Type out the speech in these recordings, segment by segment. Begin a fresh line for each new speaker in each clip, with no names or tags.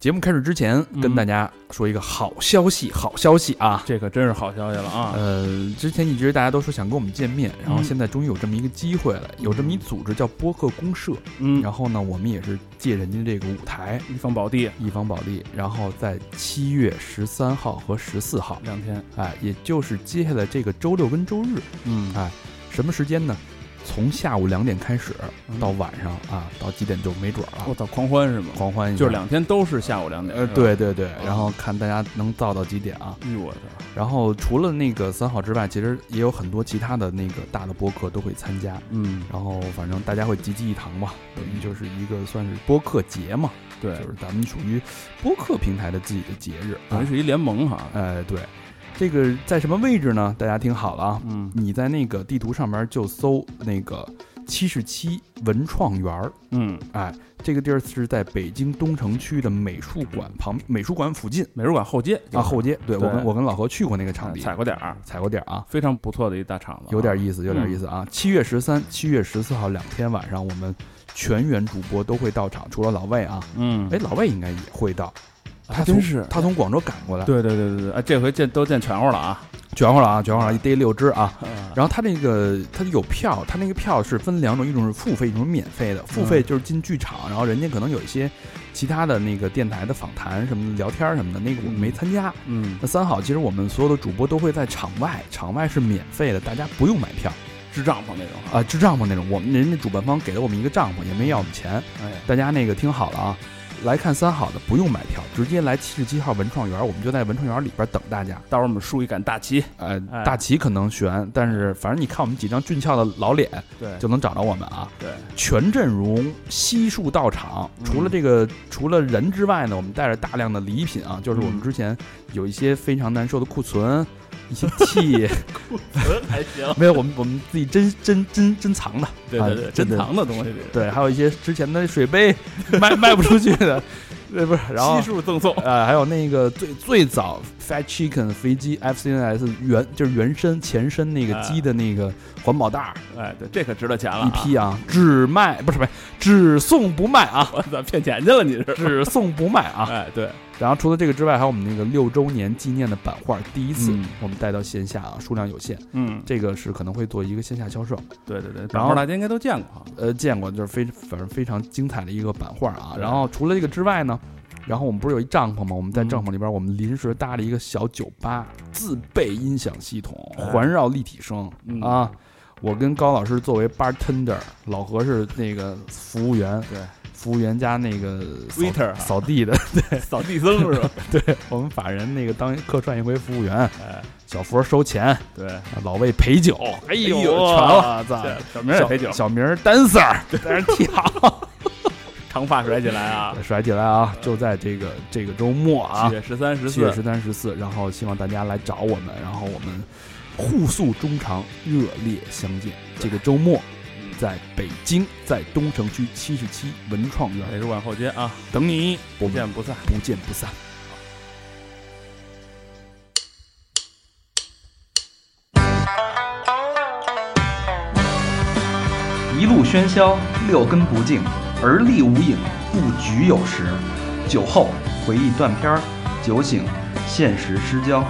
节目开始之前，跟
嗯
大家说一个好消息，好消息啊！
这可真是好消息了啊！
呃，之前一直大家都说想跟我们见面，然后
嗯
现在终于有这么一个机会了，有这么一组织叫播客公社，
嗯，
然后呢，我们也是借人家这个舞台，
一方宝地
一方保利，然后在七月十三号和十四号，
两天，
哎，也就是接下来这个周六跟周日，
嗯
哎，什么时间呢？从下午两点开始
嗯
到晚上啊，到几点就没准儿
我
了。
操，狂欢是吗？
狂欢一下
就是，两哦天都是下午两点，
呃，
是吧，
对对对，然后看大家能造到几点啊。
哎呦我操，
然后除了那个三好之外，其实也有很多其他的那个大的播客都会参加。
嗯，
然后反正大家会集集一堂吧，等于就是一个算是播客节嘛，
对
就，是咱们属于播客平台的自己的节日。啊
等于是一联盟哈，
哎，对，这个在什么位置呢？大家听好了啊，
嗯
你在那个地图上面就搜那个七十七文创园儿，
嗯，
哎，这个地儿是在北京东城区的美术馆旁，美术馆附近
美术馆后街
啊后街。对我
对
跟我跟老何去过那个场
场
地，
踩过点儿，
踩过点儿啊。
非常不错的一大场子啊，
有点意思，有点意思
嗯
啊！七月十三、七月十四号两天晚上，我们全员主播都会到场，除了老魏啊，
嗯，
哎，老魏应该也会到，他
还
从
真是，
他从广州赶过来，
对对对对对，哎，这回见都见全乎了啊，
卷回来啊，卷回来，一逮六只啊！
啊
然后他那个他有票，他那个票是分两种，一种是付费，一种是免费
嗯
的。付费就是进剧场，然后人家可能有一些其他的那个电台的访谈什么的、聊天儿什么的，那个我们没参加。
嗯，
那三好其实我们所有的主播都会在场外，场外是免费的，大家不用买票
支帐篷那种啊，
啊，支帐篷那种。我们人家主办方给了我们一个帐篷，也没要我们钱。
哎，
大家那个听好了啊，来看三好的不用买票，直接来七十七号文创园，我们就在文创园里边等大家。
到时候我们竖一杆大旗，
呃
哎，
大旗可能悬，但是反正你看我们几张俊俏的老脸，
对
就能找着我们啊！
对，
全阵容悉数到场，
嗯
除了这个除了人之外呢，我们带着大量的礼品啊，就是我们
嗯
之前有一些非常难受的库存，一些 气，
嗯还行，
没有我们我们自己真真真珍藏的，
对
啊
对对，
真
珍
的
藏的东西这是，
对，还有一些之前的水 杯卖卖不出去的，对，不是，然后
悉。数赠送，
呃，还有那个最最早 Fat Chicken 肥鸡 FCNS 原就是原身前身那个鸡的那个环保袋儿，
哎，对，这可值了钱啊了、啊，
一批啊，只卖不是不是，只送不卖啊，
我操，骗钱去了你是？
只送不卖啊。
哎，对，
然后除了这个之外，还有我们那个六周年纪念的版画，第一次
嗯
我们带到线下啊，数量有限，
嗯，
这个是可能会做一个线下销售。
对对对，
然后
大家应该都见过啊，
呃，见过就是非反正非常精彩的一个版画啊。
对
然后除了这个之外呢，然后我们不是有一帐篷吗？我们在
嗯
帐篷里边，我们临时搭了一个小酒吧，自备音响系统，
哎
环绕立体声
嗯
啊。我跟高老师作为 bartender，老何是那个服务员，
对，
服务员加那个扫
Waiter 啊
扫地的，
扫地僧是吧？
我们法人那个当客串一回服务员，
哎，
小佛收钱，
对，
老魏陪酒，哎呦，
哎
全
呦
了，操！
这小明也陪酒，
小明儿 dancer 在那儿跳，
长发甩起来啊，
甩起来啊！就在这个这个周末啊
七，月十三、十
七月
四，
十三、十四，然后希望大家来找我们，然后我们互诉衷肠，热烈相见。这个周末
嗯
在北京，在东城区七十七文创园
美术馆后街啊，
等你，我们
不见不散。
不见不散。
一路喧嚣，六根不净，而立无影，不局有时。酒后回忆断片儿，酒醒现实失焦。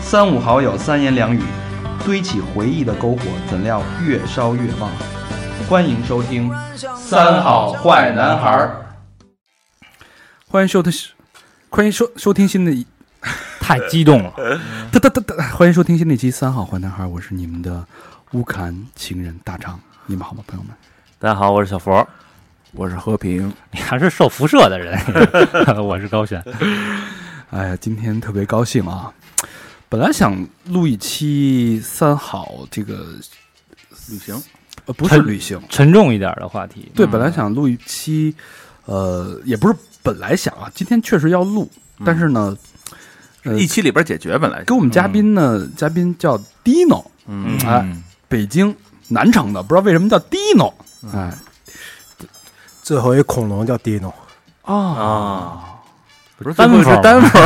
三五好友三言两语，堆起回忆的篝火，怎料越烧越旺。欢迎收听《三好坏男孩》。
欢迎收听，欢迎收收听新的一，太激动了，哒哒哒哒！欢迎收听新的一期《三好坏男孩》，我是你们的乌克兰情人大张，你们好吗，朋友们？
大家好，我是小佛，
我是和平，
你还是受辐射的 人，我是高璇。
哎呀，今天特别高兴啊！本来想录一期三好这个，
旅行
呃，不是
他
旅行，
沉重一点的话题，
嗯
对，本来想录一期，呃，也不是本来想啊，今天确实要录，但是呢，呃
嗯一期里边解决本来
跟我们嘉宾呢，嘉宾叫 Dino，
嗯
哎，北京南城的，不知道为什么叫 Dino，哎
嗯
最后一恐龙叫迪诺，
啊，
不是
单
分
是单
分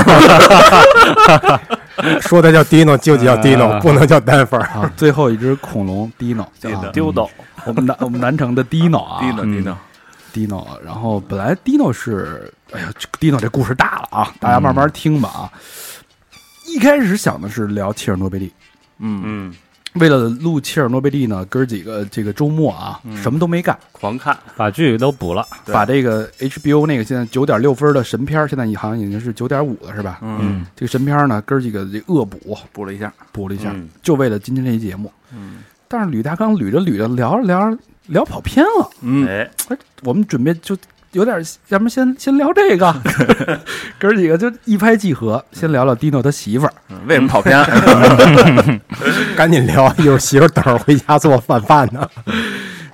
说他叫迪诺就叫迪诺，不能叫单分儿。
啊，最后一只恐龙 Dino，
对的
啊
丢斗，
我们南我们南城的 Dino 啊
低呢低呢，
Dino，然啊后本来 Dino 是，哎呀这个，Dino 这故事大了啊，大家慢慢听吧啊。一开始想的是聊切尔诺贝利，
嗯，
嗯，
为了录切尔诺贝利呢，哥儿几个这个周末啊，什么都没干，
狂看，
把剧都补了，
嗯对
把这个 HBO 那个现在九点六分的神片儿，现在好像已经是九点五了，是吧？
嗯，
这个神片儿呢，哥儿几个这恶补
补了一下，
补了一下，
嗯
就为了今天这期节目。
嗯
但是吕大刚捋着捋着聊着聊着聊跑偏了，
嗯，
哎，
我们准备就有点，要不先先聊这个， 哥儿几个就一拍即合，先聊聊 Dino 他媳妇儿。
嗯为什么跑偏？
赶紧聊，一会儿媳妇儿等着回家做饭饭呢。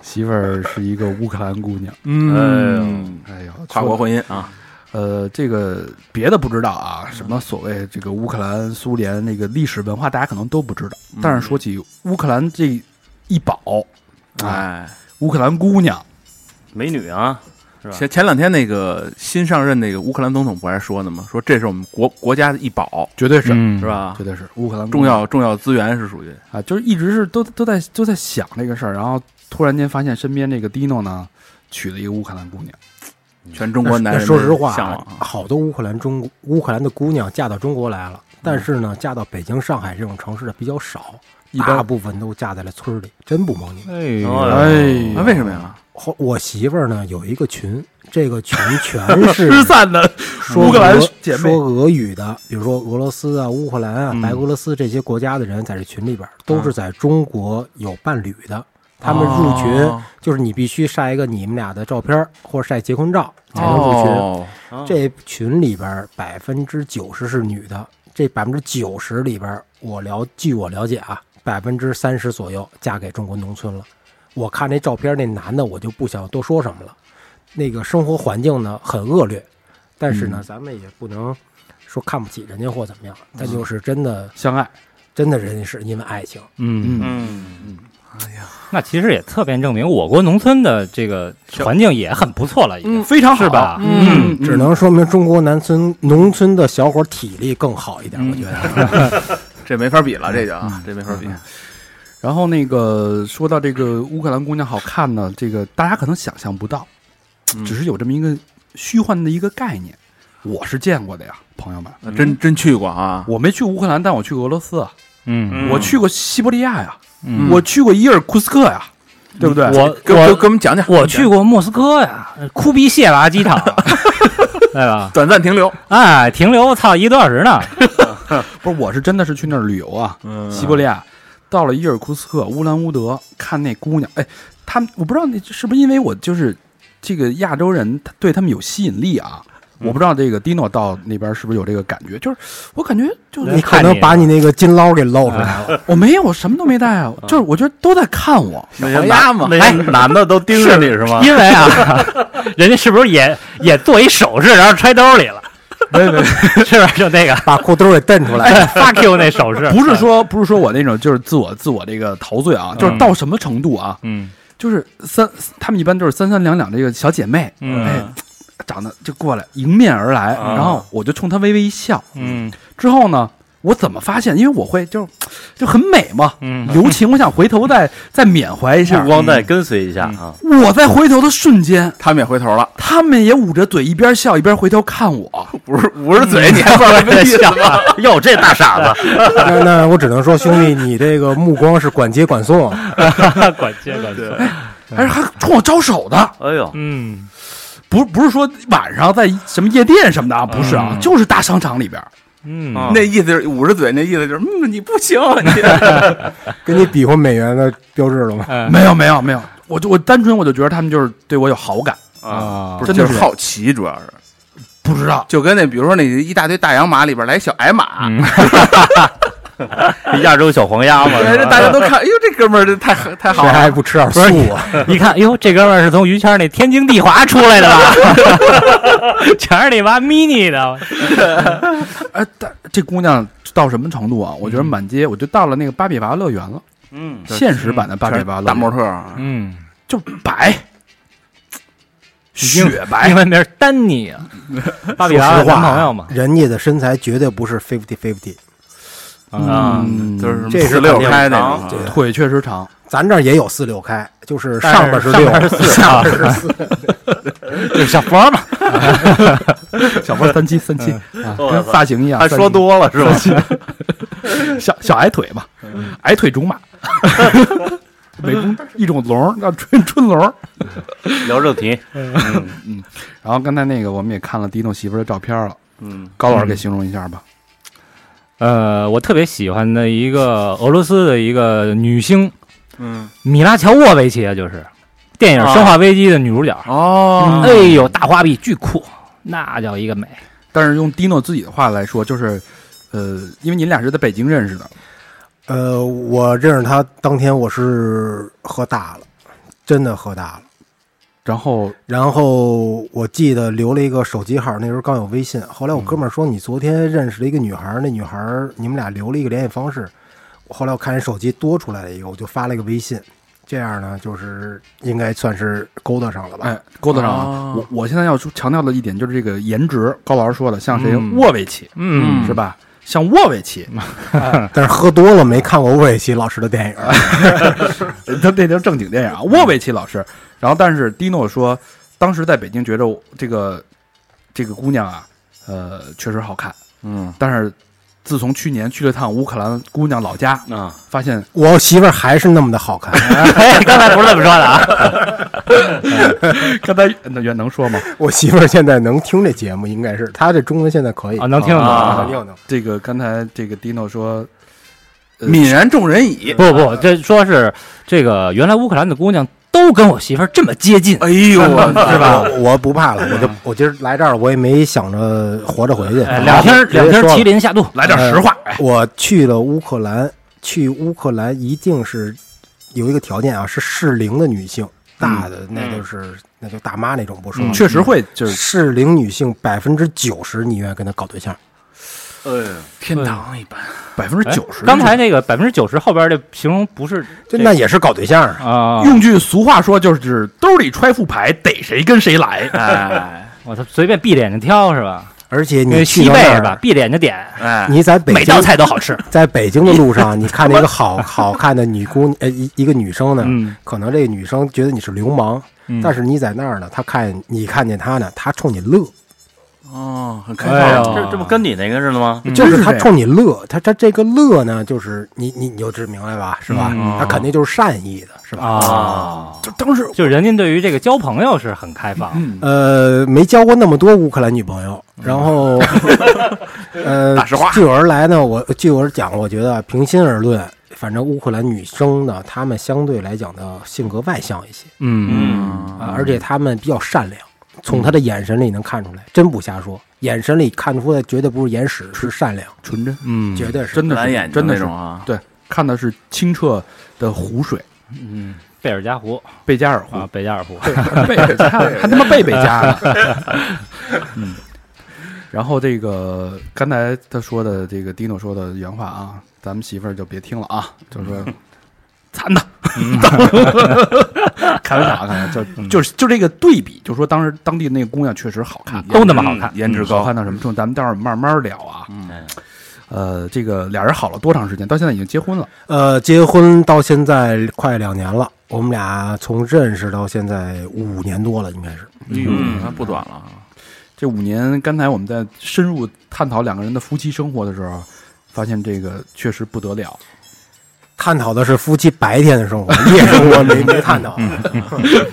媳妇儿是一个乌克兰姑娘，
嗯，
呃
哎呦，
跨国婚姻啊，
呃，这个别的不知道啊，什么所谓这个乌克兰、苏联那个历史文化，大家可能都不知道。
嗯
但是说起乌克兰这一宝，啊，
哎，
乌克兰姑娘，
美女啊，是吧
前前两天那个新上任那个乌克兰总统不还说呢吗？说这是我们国国家的一宝，
绝对是，
嗯
是？吧
绝？对是乌克兰姑
重
娘
要重要资源是属于，
啊，就是一直是都都在都在想这个事儿，然后突然间发现身边这个 Dino 呢娶了一个乌克兰姑娘，
全中国男人的
说实话
向往
啊，
啊，
好多乌克兰中乌克兰的姑娘嫁到中国来了，但是呢，嫁到北京、上海这种城市的比较少，
一
大
般
部分都嫁在了村儿里。真不蒙你们，
哎
哦
哎
哎
那
呀，
为什么呀？
后我媳妇儿呢有一个群，这个群全是
失散的
说
乌克兰
俄
姐妹
说俄语的，比如说俄罗斯啊、乌克兰啊、
嗯
白俄罗斯这些国家的人，在这群里
嗯
边儿都是在中国有伴侣的。他们入群
哦
就是你必须晒一个你们俩的照片儿或者晒结婚照才
哎
能入群。
哦，
这群里边百分之九十是女的，这百分之九十里边，我了据我了解啊，百分之三十左右嫁给中国农村了。我看那照片，那男的我就不想多说什么了。那个生活环境呢很恶劣，但是呢，咱们也不能说看不起人家或怎么样，但就是真的，
相爱，
真的人是因为爱情。
嗯，
嗯，
嗯，
那其实也侧面证明我国农村的这个
嗯
环境也很不错了，已经
非常好
是？吧？
嗯，
只能说明中国南村农村的小伙体力更好一点，我觉得。
这没法比了，这就啊，这没法比，
然后那个说到这个乌克兰姑娘好看呢，这个大家可能想象不到，
嗯
只是有这么一个虚幻的一个概念，我是见过的呀，朋友们。
真真去过啊，
我没去乌克兰，但我去过俄罗斯啊，
嗯
我去过西伯利亚呀，
嗯
我去过伊尔库斯克呀，对不对？
我
给我给我们讲讲，
我去过莫斯科呀，哭逼谢拉机场，对吧？
短暂停留，
哎，停留，操，一个多小时呢。
不是，我是真的是去那儿旅游啊，
嗯
西伯利亚，到了伊尔库斯克、乌兰乌德，看那姑娘，哎，他们我不知道那是不是因为我就是这个亚洲人，他对他们有吸引力啊。我不知道这个 Dino 到那边是不是有这个感觉，就是我感觉就是
你可
看
能
你
把你那个金捞给露出来了。
我没有，我什么都没带啊，就是我觉得都在看我，
那些妈嘛，
哎，
男的都盯着你是吗？
因为啊，人家是不是也也做一手势，然后揣兜里了？
没没，
是不是就那个
把裤兜给蹬出来。
fuck you 那手势？
不是说不是说我那种就是自我自我这个陶醉啊，就是到什么程度啊，
嗯，
就是三，他们一般都是三三两两这个小姐妹，
嗯
哎，长得就过来迎面而来，
嗯
然后我就冲她微微一笑。
嗯
之后呢，我怎么发现？因为我会就是就很美嘛，
嗯，
留情，我想回头
嗯
再再缅怀一下。
目光再跟随一下啊，
我在回头的瞬间，
他们也回头了，
他们也捂着嘴，一边笑一边回头看我。
捂着捂着嘴，你还不知道什么意思
笑啊！哟，这大傻子，
那那我只能说，兄弟，你这个目光是管接管送，
管接管接。
还还冲我招手的，
哎呦，
嗯，
不不是说晚上在什么夜店什么的啊，不是啊，就是大商场里边，
嗯
啊
嗯那意思就是捂着嘴，那意思就是嗯，你不 行，你
跟你比划美元的标志了吗？
没有没有没有，我就我单纯我就觉得他们就是对我有好感，
啊，
不是
真的
就是是好奇，主要是
不知道。
就跟那比如说那一大堆大洋马里边来小矮马，
亚洲小黄鸭嘛，
哎
是
这
吧
大家都看，哎呦，这哥们儿这太太好
啊
谁
了，
还不吃点素啊？
一看，哟，这哥们儿是从于谦儿那天经地华出来的吧？ 全是你妈 mini 的，
哎，但这姑娘到什么程度啊？我觉得满街，我就到了那个巴比娃乐园了，
嗯，
现实版的巴比娃乐园，
大模特儿，
嗯，
就白，雪白
英，文名儿丹尼啊，巴比达
说
的
实话
男
啊
朋友嘛，
人家的身材绝对不是 fifty fifty，
啊，
嗯，
就是
这是
四六
肯定
开
的
那
啊
种，
腿确实长，
咱这儿也有四六开，就是
但是
上边是六
上边
啊
是，四啊
下边是四。
就是小佛嘛，
小波三七三七啊，跟发型一样。
他
三
说
七
多了是吧？
小小矮腿嘛，矮腿种马，美工一种龙儿叫春 春龙儿。
聊正题，
然后刚才那个我们也看了迪诺媳妇儿的照片了，
嗯，
高老师给形容一下吧。
呃，我特别喜欢的一个俄罗斯的一个女星
嗯，
米拉乔沃维奇啊，就是电影《生化危机》的女主角。
哦，
嗯
哎呦，大花臂巨酷，那叫一个美。
但是用迪诺自己的话来说，就是，呃，因为你俩是在北京认识的，
呃，我认识他当天，我是喝大了，真的喝大了。
然后
然后我记得留了一个手机号，那时候刚有微信。后来我
嗯
哥们儿说，你昨天认识了一个女孩儿，那女孩儿你们俩留了一个联系方式。后来我看人手机多出来了一个，我就发了一个微信。这样呢，就是应该算是勾搭上了吧？
哎，勾搭上了。
哦
我我现在要说强调的一点就是这个颜值，高老师说的，像谁
嗯
沃维奇、
嗯
是吧？像沃维奇，
嗯
但是喝多了没看过魏奇老师 的电影，
他那叫正经电影
嗯
啊，沃维奇老师。然后，但是迪诺说，当时在北京觉着这个这个姑娘啊，呃，确实好看。
嗯，
但是自从去年去了趟乌克兰姑娘老家，
嗯
啊，
发现
我媳妇儿还是那么的 好看。
哎，刚才不是这么说的啊。
刚才那原能说吗？
我媳妇儿现在能听这节目，应该是她这中文现在可以
啊，能听得懂
啊肯
啊。
定能。
这个刚才这个迪诺说，呃
泯然众人矣。
不不，这说是这个原来乌克兰的姑娘都跟我媳妇儿这么接近，
哎呦，
是吧？我不怕了，我就我今儿来这儿，我也没想着活着回去。
嗯哎，两天两天麒麟下肚，
来点实话，哎，
我去了乌克兰，去乌克兰一定是有一个条件啊，是适龄的女性，大的那就是
嗯
那就大妈那种不说了。
确实会就是
适龄女性百分之九十，你愿意跟她搞对象？
天堂一般，哎
百分之九十。
刚才那个百分之九十后边这形容不是
这那也是搞对象啊。
啊，
用句俗话说，就是兜里揣副牌，逮谁跟谁来。
哎
我操，随便闭着眼睛挑是吧？
而且
因为
你去
西
到
贝
那
是吧？
儿，
闭着眼睛点，
哎，
你在北
每
京
道菜都好吃。
在北京的 路上，你看见一个好好看的女姑娘，呃，一一个女生呢，
嗯
可能这个女生觉得你是流氓，但是你在那儿呢，她看你看见她呢，她冲你乐，
哦，很开
哎呦，
放，
这这不跟你那个似的吗？
嗯
就是她
这样
冲你乐，她她这个乐呢，就是你你你就知明白吧，是吧？
嗯
她肯定就是善意的，是吧？
嗯
啊，
就当时
就人家对于这个交朋友是很开放，
嗯
呃，没交过那么多乌克兰女朋友，然后，呃，据我而来呢，我据我而讲，我觉得平心而论，反正乌克兰女生呢，她们相对来讲的性格外向一些。
嗯
啊，而且他们比较善良，从他的眼神里能看出来，真不瞎说，眼神里看出来绝对不是眼屎，是善良，
纯真，
嗯
绝对是。
真的
蓝
是
眼睛
真的
那
是
种啊，
对，看的是清澈的湖水，
贝尔加湖
贝加尔湖，
啊，贝加尔湖，
贝贝加尔还他妈贝贝加呢。嗯， 然后这个刚才他说的这个迪诺说的原话啊，咱们媳妇儿就别听了啊，就说
嗯
惨的， 开玩笑啊，开玩笑，就就是就这个对比，就说当时当地那个姑娘确实好看，
嗯都那么好看，
颜值
好
高，
看到什么程度？咱们待会儿慢慢聊啊。
嗯，
呃，这个俩人好了多长时间？到现在已经结婚了。
呃，结婚到现在快两年了，我们俩从认识到现在五年多了，应该是。
哎呦，
嗯
那不短了啊，
这五年，刚才我们在深入探讨两个人的夫妻生活的时候，发现这个确实不得了。
探讨的是夫妻白天的生活，夜生活没没探讨，
嗯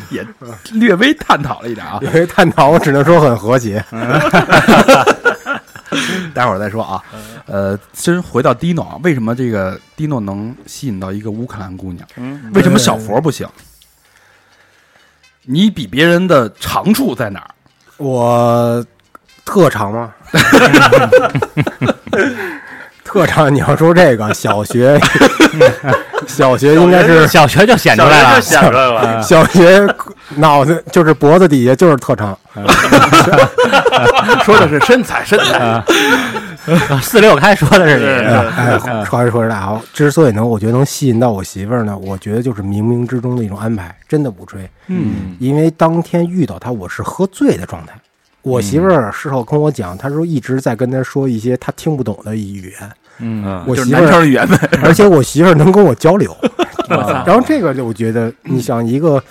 也略微探讨了一点啊，
因为探讨我只能说很和谐。
待会儿再说啊。
嗯
呃，先回到 Dino 啊，为什么这个 Dino 能吸引到一个乌克兰姑娘？
嗯
为什么小佛不行？你比别人的长处在哪儿？
我特长吗？ 特长，你要说这个 小学，小学应该是
嗯小学就显出
小
来
人
了
就，显出来哎了，
小学脑子就是脖子底下就是特长，
说的是身材，身材，
啊 四六开说的是你嗯
哎，哎话说回来啊，之所以能，我觉得能吸引到我媳妇儿呢，我觉得就是冥冥之中的一种安排，真的不吹。
嗯，
因为当天遇到她，我是喝醉的状态。我媳妇儿事后跟我讲，她说一直在跟她说一些她听不懂的语言，
嗯
我
就是
媳妇
男
儿
生的原本，
而且我媳妇儿能跟我交流，然后这个就我觉得，你想一个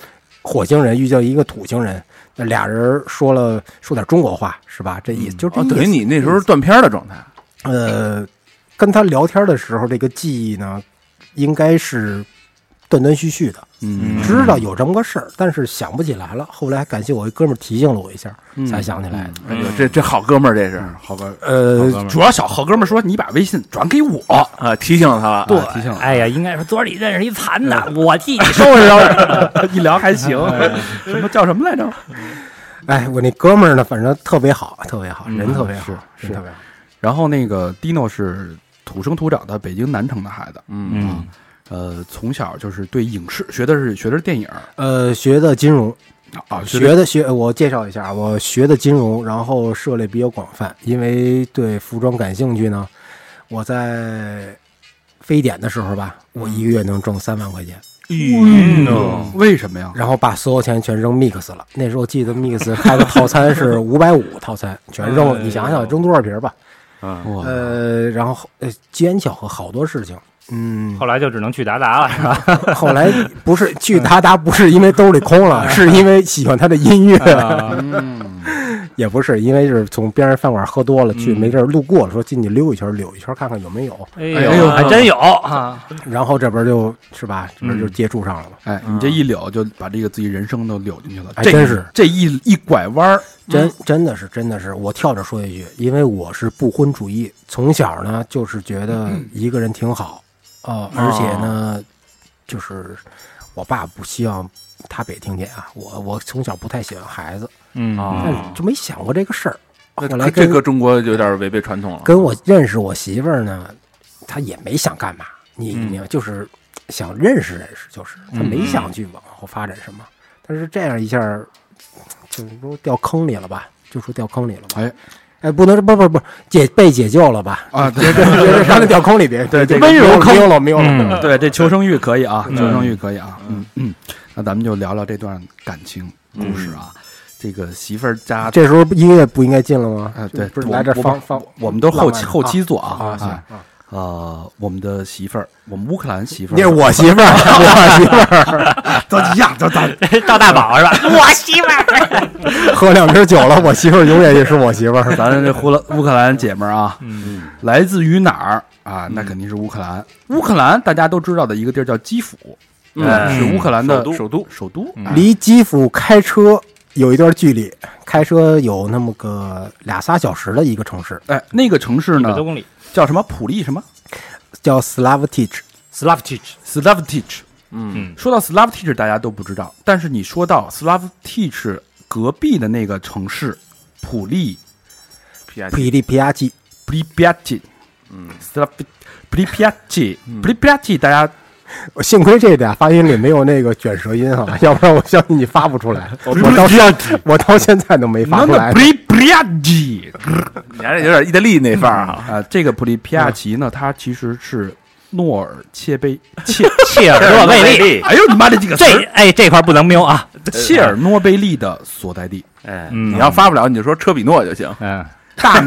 火星人遇见一个土星人，那俩人说了说点中国话是吧？这意思就是这
哦，
意思
等于你那时候断片儿的状态，
呃，跟他聊天的时候，这个记忆呢，应该是断断续续的，
嗯
知道有这么个事儿，但是想不起来了。后来还感谢我一哥们儿提醒了我一下，
嗯
才想起来的。
哎呦这这嗯好哥们儿，这是
好吧，
呃，
主要小好哥们儿说你把微信转给我，
啊，提醒了他了，
啊提醒了，
哎呀，应该说昨儿你认识一残的，我替你收拾收拾。
一聊还行，
哎
什么叫什么来着？
哎，我那哥们儿呢，反正特别好，特别好，
嗯
人特别好，
是是
人特别好。
然后那个 Dino 是土生土长的北京南城的孩子，
嗯，
嗯，
呃，从小就是对影视学的是学的是电影
呃，学的金融，
啊，
学的学，我介绍一下，我学的金融，然后涉猎比较广泛，因为对服装感兴趣呢。我在非典的时候吧，我一个月能挣三万块钱，
嗯为什么呀？
然后把所有钱全扔 Mix 了。那时候我记得 Mix 开的套餐是五百五套餐，全扔了。你想想，扔多少瓶吧？
哇，
呃，然后呃，机缘巧合，好多事情。嗯，
后来就只能去达达了，是吧？
后来不是去达达，不是因为兜里空了，是因为喜欢他的音乐。 嗯也不是因为就是从边上饭馆喝多了，去没地儿路过了，说进去溜一圈，溜一圈看看有没有。
哎
哎呦
呦，还真有啊！
然后这边就是吧，这边就接触上了嘛，
哎，你这一扭就把这个自己人生都扭进去了，
还
这
哎真是
这一一拐弯儿，
真真的是真的是，我跳着说一句，因为我是不婚主义，从小呢就是觉得一个人挺好，呃，而且呢，就是我爸不希望他别听见啊，我我从小不太喜欢孩子，
嗯
但是哎
啊
就没想过这个事儿。后
那这
来跟
搁中国有点违背传统了，
跟我认识我媳妇儿呢，她也没想干嘛，你
嗯
你就是想认识认识，就是她没想去往后发展什么。但是这样一下，就是说掉坑里了吧，就说掉坑里了吧。
哎
哎，不能不不不解被解救了 吧？
啊
别别别让他掉坑里，别
对这
别
个
温柔
坑
没有了没有了。
对，这求生欲可以啊，求生欲可以啊。嗯嗯，那咱们就聊聊这段感情故事啊。这个媳妇儿家，
嗯这时候音乐不应该进了吗？
嗯啊，对，
不是
我
来这
我
放
们
放，
我们都是后期
浪漫的
后 期做
啊
啊
啊行
哎
啊，
呃，我们的媳妇儿，我们乌克兰媳妇儿，啊
那是我媳妇儿，我媳妇儿
都一样， 都咱
赵大宝是吧？我媳妇儿。
喝两瓶酒了，我媳妇儿永远也是我媳妇 儿。
咱这乌克乌克兰姐们儿啊，
嗯，
来自于哪儿啊？那肯定是乌克兰。乌克兰大家都知道的一个地儿叫基辅，哎
嗯
是乌克兰的
首都
首都，首都。
嗯
哎
离基辅开车有一段距离，开车有那么个俩仨小时的一个城市，
哎，那个城市
一
呢
嗯
百多公里。
叫什么普利什么
叫 Slavtich。
s l a v t i c
Slavtich。
嗯
说到 Slavtich，大家都不知道，但是你说到 Slavtich 隔壁的那个城市普利
，P I
普利皮亚季，
普利皮亚季，
嗯
s l a v 普利皮亚季，普利皮亚季，大家
幸亏这俩发音里没有那个卷舌音啊， 要不然我相信你发不出来。我到现我到现在都没发
能
出来
普。利皮亚季，
你还是有点意大利那范儿嗯哈，
啊，这个普利皮亚奇呢，它其实是诺尔切贝切，
切尔诺贝利。
哎呦你妈这几个词
这
儿，
哎这块不能瞄啊！
切尔诺贝利的所在地，
哎，
嗯
你要发不了你就说车比诺就行，
嗯
大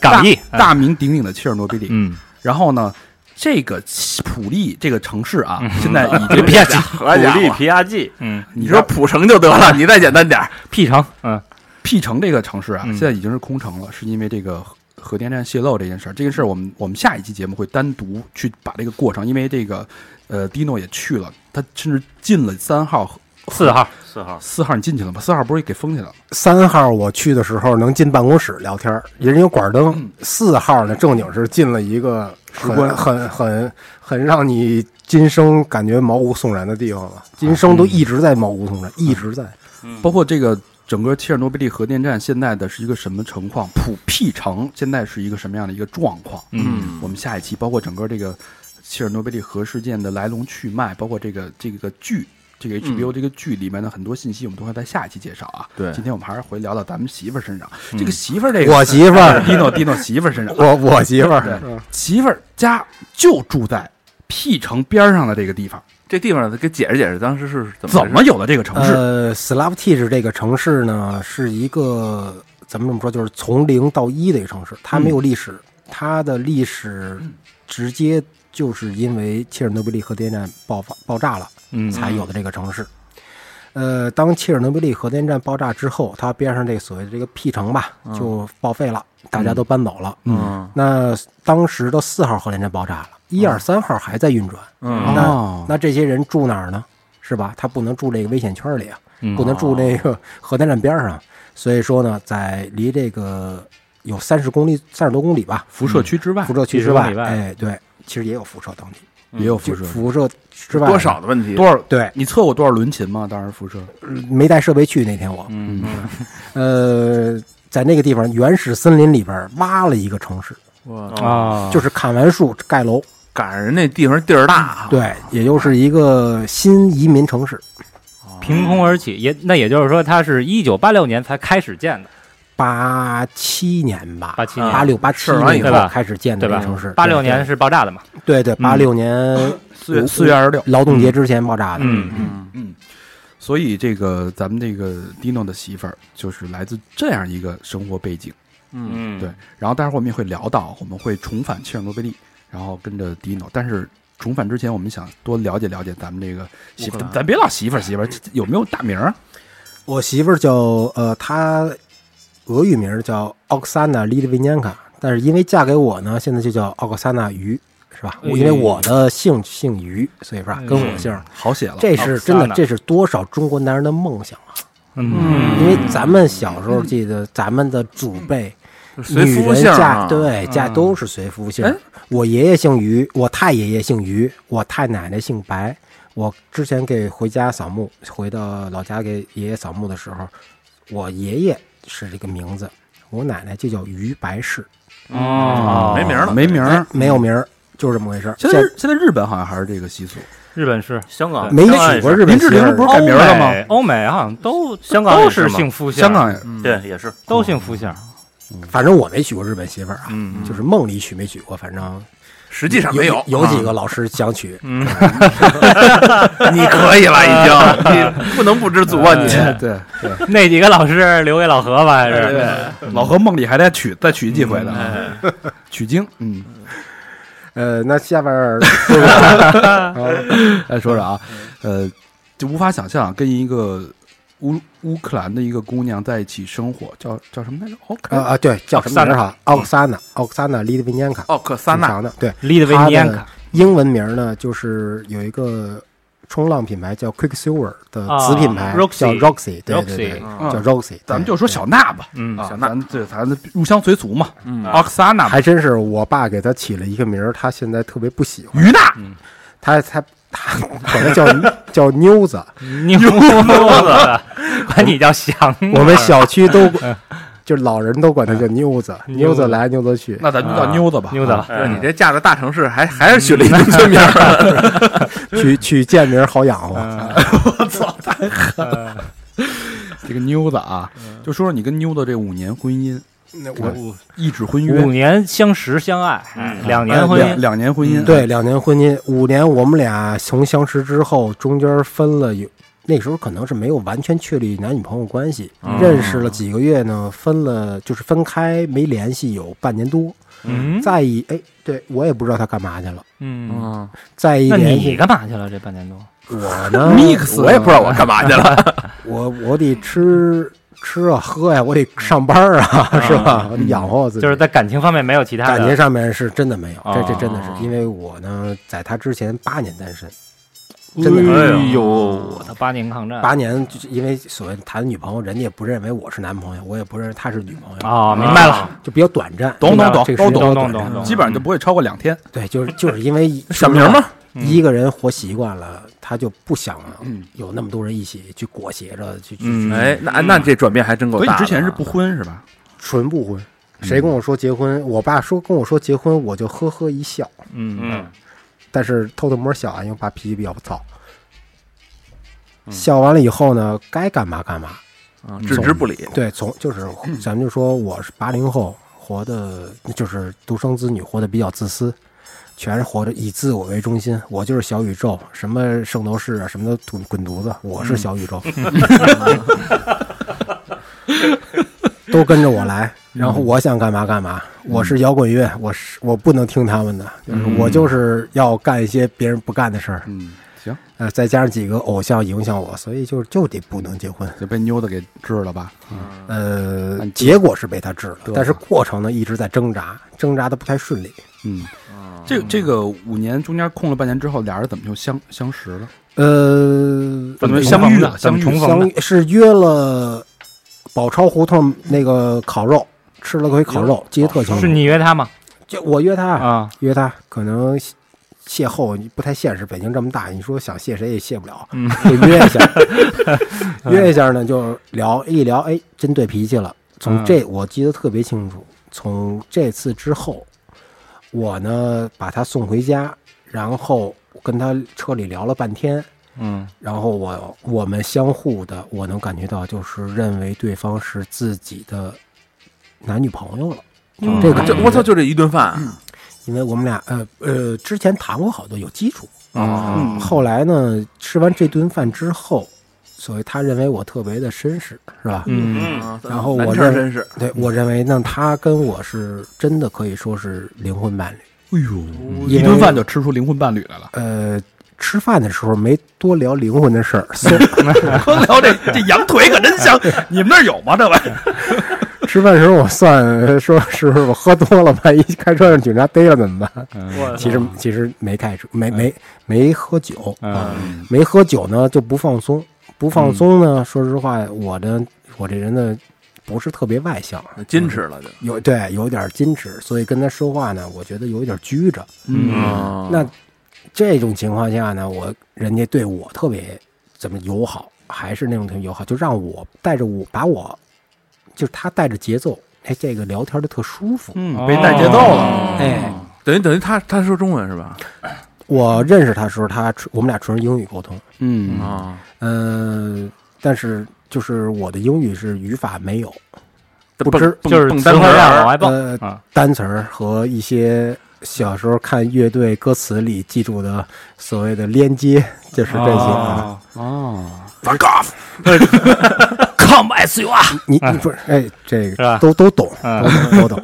港译，
大大名鼎鼎的切尔诺贝利。
嗯，
然后呢，这个普利这个城市啊，
嗯
现在已
别
经
皮亚奇，
普
好家
利
伙，
皮亚季，
嗯
你说普城就得了，你再简单点儿，
，P 城，嗯，
P 城这个城市啊，
嗯
现在已经是空城了，是因为这个核核电站泄漏这件事儿。这个事儿我们我们下一期节目会单独去把这个过程，因为这个呃迪诺也去了，他甚至进了三号核。
四号，
四号，
四号你进去了吗？四号不是给封起来了吗？
三号我去的时候能进办公室聊天儿，人有管
嗯
灯。四号呢，正经是进了一个很很很很让你今生感觉毛骨悚然的地方了，今生都一直在毛骨
嗯
悚然，一直在。
包括这个整个切尔诺贝利核电站现在的是一个什么情况，普屁城现在是一个什么样的一个状况？
嗯，
我们下一期包括整个这个切尔诺贝利核事件的来龙去脉，包括这个这个剧。这个 HBO 这个剧里面的很多信息，我们都会在下一期介绍啊。
对
今天我们还是回聊到咱们媳妇儿身上。这个媳妇儿，这个
我媳妇儿
Dino Dino 媳妇儿身上，
我我媳妇儿，
哎
嗯
对，媳妇儿家就住在 P 城边儿上的这个地方，
这地方给解释解释当时是怎么
怎
怎
么有的这个城市？
呃 s l a v t i c 这个城市呢，是一个
嗯
咱们这么说，就是从零到一的一个城市，它没有历史，它的历史直接就是因为切尔诺贝利核电站爆发爆炸了，
嗯
才有的这个城市。呃，当切尔诺贝利核电站爆炸之后，它边上这所谓的这个 P 城吧，就报废了，大家都搬走了。
嗯
那当时的四号核电站爆炸了，一二三号还在运转，
嗯
那、
哦，
那这些人住哪儿呢？是吧？他不能住这个危险圈里啊，
嗯
不能住这个核电站边上。所以说呢，在离这个有三十公里、三十多公里吧，嗯
辐射区之外
辐射区之
几十公
外
里，外
哎，对，其实也有辐射当地，
也有
就
辐射，
辐射之外
多少的问题，
多少？
对，
你测过多少轮琴吗？当时辐射
没带设备去那天我，
嗯
嗯
呃，在那个地方原始森林里边挖了一个城市，
嗯
哇，
啊，
就是砍完树盖楼，
赶上人那地方地
啊
儿大，，啊
对，也就是一个新移民城市。
凭空而起，也那也就是说，它是一九八六年才开始建的，
八七年吧，
87年
八六八七
事儿完以
后
以后开始建
对
的这
吧
个城市，
八六年是爆炸的嘛？
对对，八六年
嗯四月四月二十六，
劳动节之前爆炸的，
嗯，
嗯
所以这个咱们这个 Dino 的媳妇儿就是来自这样一个生活背景，
嗯
嗯，
对。然后待会儿我们也会聊到，我们会重返切尔诺贝利，然后跟着 Dino，但是。重返之前，我们想多了解了解咱们这个媳妇儿
乌克，兰
咱别老媳妇儿媳妇儿，这这有没有大名儿？啊
我媳妇儿叫呃，她俄语名儿叫奥克萨娜·利利维年卡，但是因为嫁给我呢，现在就叫奥克萨娜鱼，是吧？
哎
因为我的姓姓于，所以说啊跟我姓儿，
好写了，
这是真
奥克萨
的，
娜
这是多少中国男人的梦想啊！
嗯，
因为咱们小时候记得，咱们的祖辈。
随
女
夫
人
姓儿
嫁
啊，
对嫁都是随夫姓儿。我爷爷姓于，我太爷爷姓于，我太奶奶姓白。我之前给回家扫墓，回到老家给爷爷扫墓的时候，我爷爷是这个名字，我奶奶就叫于白氏，
哦，
没名儿了哎
没名儿。
没有名儿，就是这么回事儿。
现在
现
日现在日本好像还是这个习俗，
日本是
香港
没
香港也
娶过日本
林志
媳妇
玲
儿，
不是改名了吗？
欧美欧美好像都
香港也
都
是
是
吗
姓夫姓，
香港也
嗯
对，也 是
都姓夫姓，
反正我没娶过日本媳妇儿啊，
嗯，
就是梦里娶没娶过，反正
实际上
有
没
有
有
几个老师想娶，
你可以了，已经，你不能不知足啊，你
对对对，
那几个老师留给老何吧，还是
嗯
老何梦里还得取再取几回呢，取经。嗯，
呃，那下边儿说说啊
来说说啊，
嗯
呃，就无法想象跟一个乌乌克兰的一个姑娘在一起生活，叫叫什么来着？奥克
呃
啊
兰
啊，对，叫什么名儿哈？奥克萨娜，奥克萨娜·利德维年卡，
奥克萨
挺
纳，
长的，对，
利德维
他
尼安
的
卡，
英文名儿呢，就是有一个冲浪品牌叫 Quicksilver 的子品牌
啊，Roxy
叫 Roxy，对对
Roxy
对，
嗯
叫 Roxy，
咱们
对
就说小娜吧，
嗯
啊
小，娜
咱对咱们入乡随俗嘛，
嗯
奥克萨娜
对，还真是我爸给他起了一个名儿，他现在特别不喜欢，
于娜，
嗯
他他他管他叫叫妞子，
牛子， 管你叫翔，
我们小区都
嗯
就老人都管他叫妞子，
妞
妞子
子
来妞子去，
那咱就叫
啊
妞子吧，啊嗯
牛子了，
就是你这嫁到大城市，还还是取了一个真名儿，
取取贱名儿好养活。
嗯
这个妞子啊，
嗯
就说说你跟妞子这五年婚姻，
那
我一纸婚约哎
五，年相识相爱，哎两年婚
两
姻，
两年婚
嗯
姻，
对，两年婚姻，五年我们俩从相识之后，中间分了有，那时候可能是没有完全确立男女朋友关系，
嗯
认识了几个月呢，分了就是分开没联系有半年多，
嗯
再一哎，对我也不知道他干嘛去了，
嗯，
嗯
再一
那
联
你
系
干嘛去了这半年多？
我 呢，
哎，mix，
哎
我也不知道我干嘛去了，
我我得吃吃啊喝呀、我得上班儿啊，
嗯
是吧？我得养活我自己，
就是在感情方面没有其他
感情
的，
上面是真的没有，这这真的
哦
是因为我呢，在他之前八年单身。真的是
哎呦，我的八年抗战
八年，就是因为所谓谈女朋友，人家也不认为我是男朋友，我也不认为他是女朋友，
哦，明白了，
就比较短暂。
懂懂
这
懂
个时
都
间
懂
比
懂
较短
懂
暂
懂
基本上就不会超过两天，
对，就是就是因为
小名嘛，
一个人活习惯了，他就不想
嗯
有那么多人一起去裹挟着去去
嗯，
去
哎，那那这转变还真够
所以
大
你
的啊。
之前是不婚是吧？
纯不婚。谁跟我说结婚？我爸说跟我说结婚，我就呵呵一笑，
嗯
但是偷偷摸笑啊，因为我爸脾气比较躁。笑完了以后呢，该干嘛干嘛。
嗯
啊置之不理，
对，从就是咱们就说我是八零后，活的就是独生子女，活的比较自私，全是活着以自我为中心，我就是小宇宙，什么圣斗士啊，什么都滚滚犊子，我是小宇宙。都跟着我来，然后我想干嘛干嘛。我是摇滚乐，我是我不能听他们的，就是我就是要干一些别人不干的事儿。
嗯，行，
呃，再加上几个偶像影响我，所以就就得不能结婚。
就被妞的给治了吧？
嗯
呃
按，
结果是被他治了
对，
但是过程呢一直在挣扎，挣扎的不太顺利。
嗯，这这个五年中间空了半年之后，俩人怎么就相相识了？
呃，
怎么相遇了？
怎
相
么
遇
重逢
相是约了宝钞胡同那个烤肉，吃了回烤肉，记得特清
哦嗯是
楚。
你约他吗？
就我约他，
啊，
约他，可能邂邂逅不太现实。北京这么大，你说想谢谁也谢不了，
嗯
就约一 下，约一下呢，就聊一聊，哎，真对脾气了。
嗯
从这我记得特别清楚，从这次之后，我呢把他送回家，然后跟他车里聊了半天，
嗯，
然后我我们相互的，我能感觉到就是认为对方是自己的男女朋友了。
嗯
这个
这我操，就这一顿饭
因为我们俩呃呃之前谈过好多有基础，嗯
啊！
后来呢吃完这顿饭之后，所以他认为我特别的绅士，是吧？
嗯，
啊
然后我
难事儿
认
真是
对我认为呢，他跟我是真的可以说是灵魂伴侣。
哎呦，
因为
一顿饭就吃出灵魂伴侣来了。
呃，吃饭的时候没多聊灵魂的事儿，虽
光聊这这羊腿可真香，你们那儿有吗？这玩意儿？
吃饭的时候我算说是不是我喝多了，万一开车让警察逮了怎么办？其实其实没开车，没没没喝酒啊，没喝酒呢就不放松，不放松呢，说实话，我的我这人呢不是特别外向，
矜持了就。
有对有点矜持，所以跟他说话呢，我觉得有一点拘着。
嗯
嗯
啊
那这种情况下呢，我人家对我特别怎么友好，还是那种特别友好，就让我带着我把我，就是他带着节奏，哎，这个聊天的特舒服。
嗯，
被带节
啊
奏
哦
了，
哎，
等于等于他他说中文是吧？
我认识他的时候，他纯我们俩纯是英语沟通，
嗯，
啊，
嗯、但是就是我的英语是语法没有，
不
知
就是
蹦
词
单
汇
词
量往
儿
外蹦，
呃，
啊
单词儿和一些小时候看乐队歌词里记住的所谓的连接，就是这些
哦
啊。
哦，
，fuck off，
，Come as you are，
你你不是哎，这
是吧嗯
个都都懂，都懂都懂。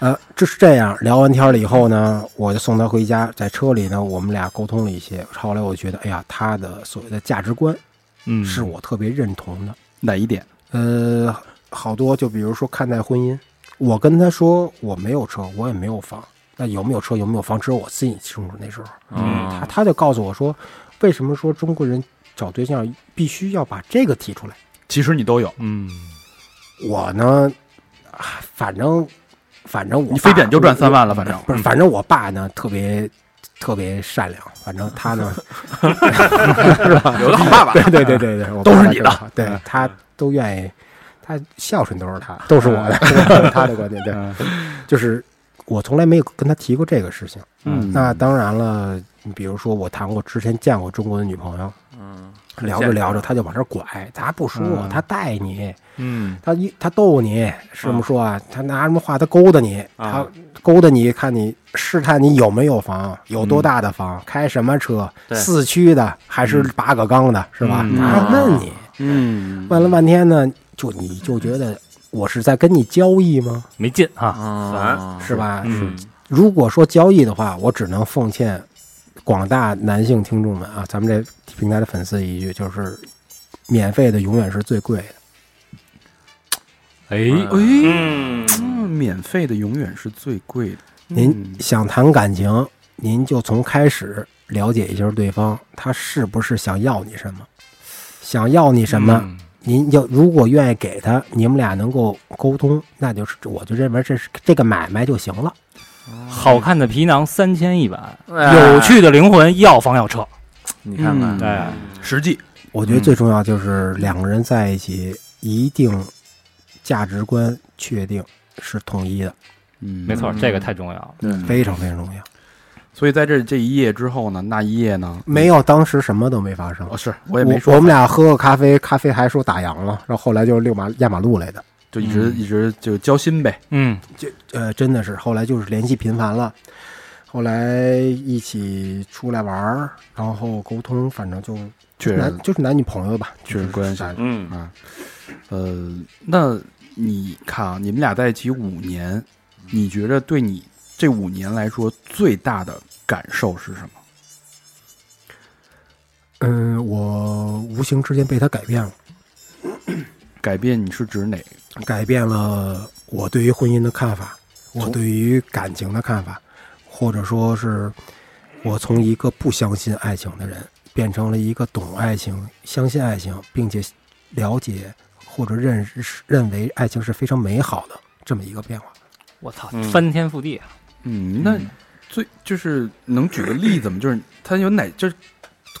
呃，就是这样，聊完天儿了以后呢，我就送他回家，在车里呢，我们俩沟通了一些。后来我觉得，哎呀，他的所谓的价值观
嗯
是我特别认同的。
哪一点？
呃，好多就比如说看待婚姻，我跟他说我没有车，我也没有房，那有没有车有没有房，只有我自己清楚。那时候，
嗯
他他就告诉我说，为什么说中国人找对象必须要把这个提出来？
其实你都有，
嗯，
我呢，啊反正反正我
你非
爸
典就赚嗯三万了，反正
不是，反正嗯我爸呢特别特别善良，反正他 呢
有个好爸爸
对对对对对，我
都是
爸爸
你
特
的嗯
好，对他都愿意，他孝顺都是他，都是我的，他的观点对， 就是我从来没有跟他提过这个事情。
嗯
那当然了，你比如说我谈过之前见过中国的女朋友，
嗯，
聊着聊着他就往这儿拐，他不说，他带你，
嗯，
他一他逗你，是这么说啊？他拿什么话？他勾搭你，
啊
他勾搭你，看你试探你有没有房，有多大的
嗯
房，开什么车，
对
四驱的还是八个缸的，是吧？
嗯
他问你，
嗯，
问了半天呢，就你就觉得我是在跟你交易吗？
没劲啊，
啊，
是吧？
嗯
如果说交易的话，我只能奉劝广大男性听众们啊，咱们这平台的粉丝一句，就是免费的永远是最贵的。
哎，
哎，
嗯，
嗯免费的永远是最贵的。
您
嗯
想谈感情，您就从开始了解一下对方，他是不是想要你什么，想要你什么，
嗯
您就如果愿意给他，你们俩能够沟通，那就是我就认为这是这个买卖就行了。
好看的皮囊三千一百，
哎
有趣的灵魂要房要车，哎
你看看，
嗯
对，
实际
我觉得
嗯
最重要就是两个人在一起，一定价值观确定是统一的，
嗯，
没错，这个太重要了，
非常非常重要。
所以在这这一夜之后呢，那一夜呢，
没有当时什么都没发生，
哦，是我也没
我
说
我，们俩喝个咖啡，咖啡还说打烊了，然后后来就遛马压马路来的。
就一直一直就交心呗。
嗯，
呃，真的是后来就是联系频繁了，后来一起出来玩儿，然后沟通，反正就
确
男
实
就是男女朋友吧，
确实
就是
关系
啥的
嗯，
啊啊，呃，那你看啊，你们俩在一起五年，你觉着对你这五年来说最大的感受是什么？
嗯，我无形之间被他改变了，
改变你是指哪？
改变了我对于婚姻的看法，我
从
对于感情的看法，或者说是我从一个不相信爱情的人，变成了一个懂爱情、相信爱情，并且了解或者认识认为爱情是非常美好的这么一个变化。
我操
嗯，
翻天覆地啊！
嗯，那最就是能举个例子吗？就是他有哪，就是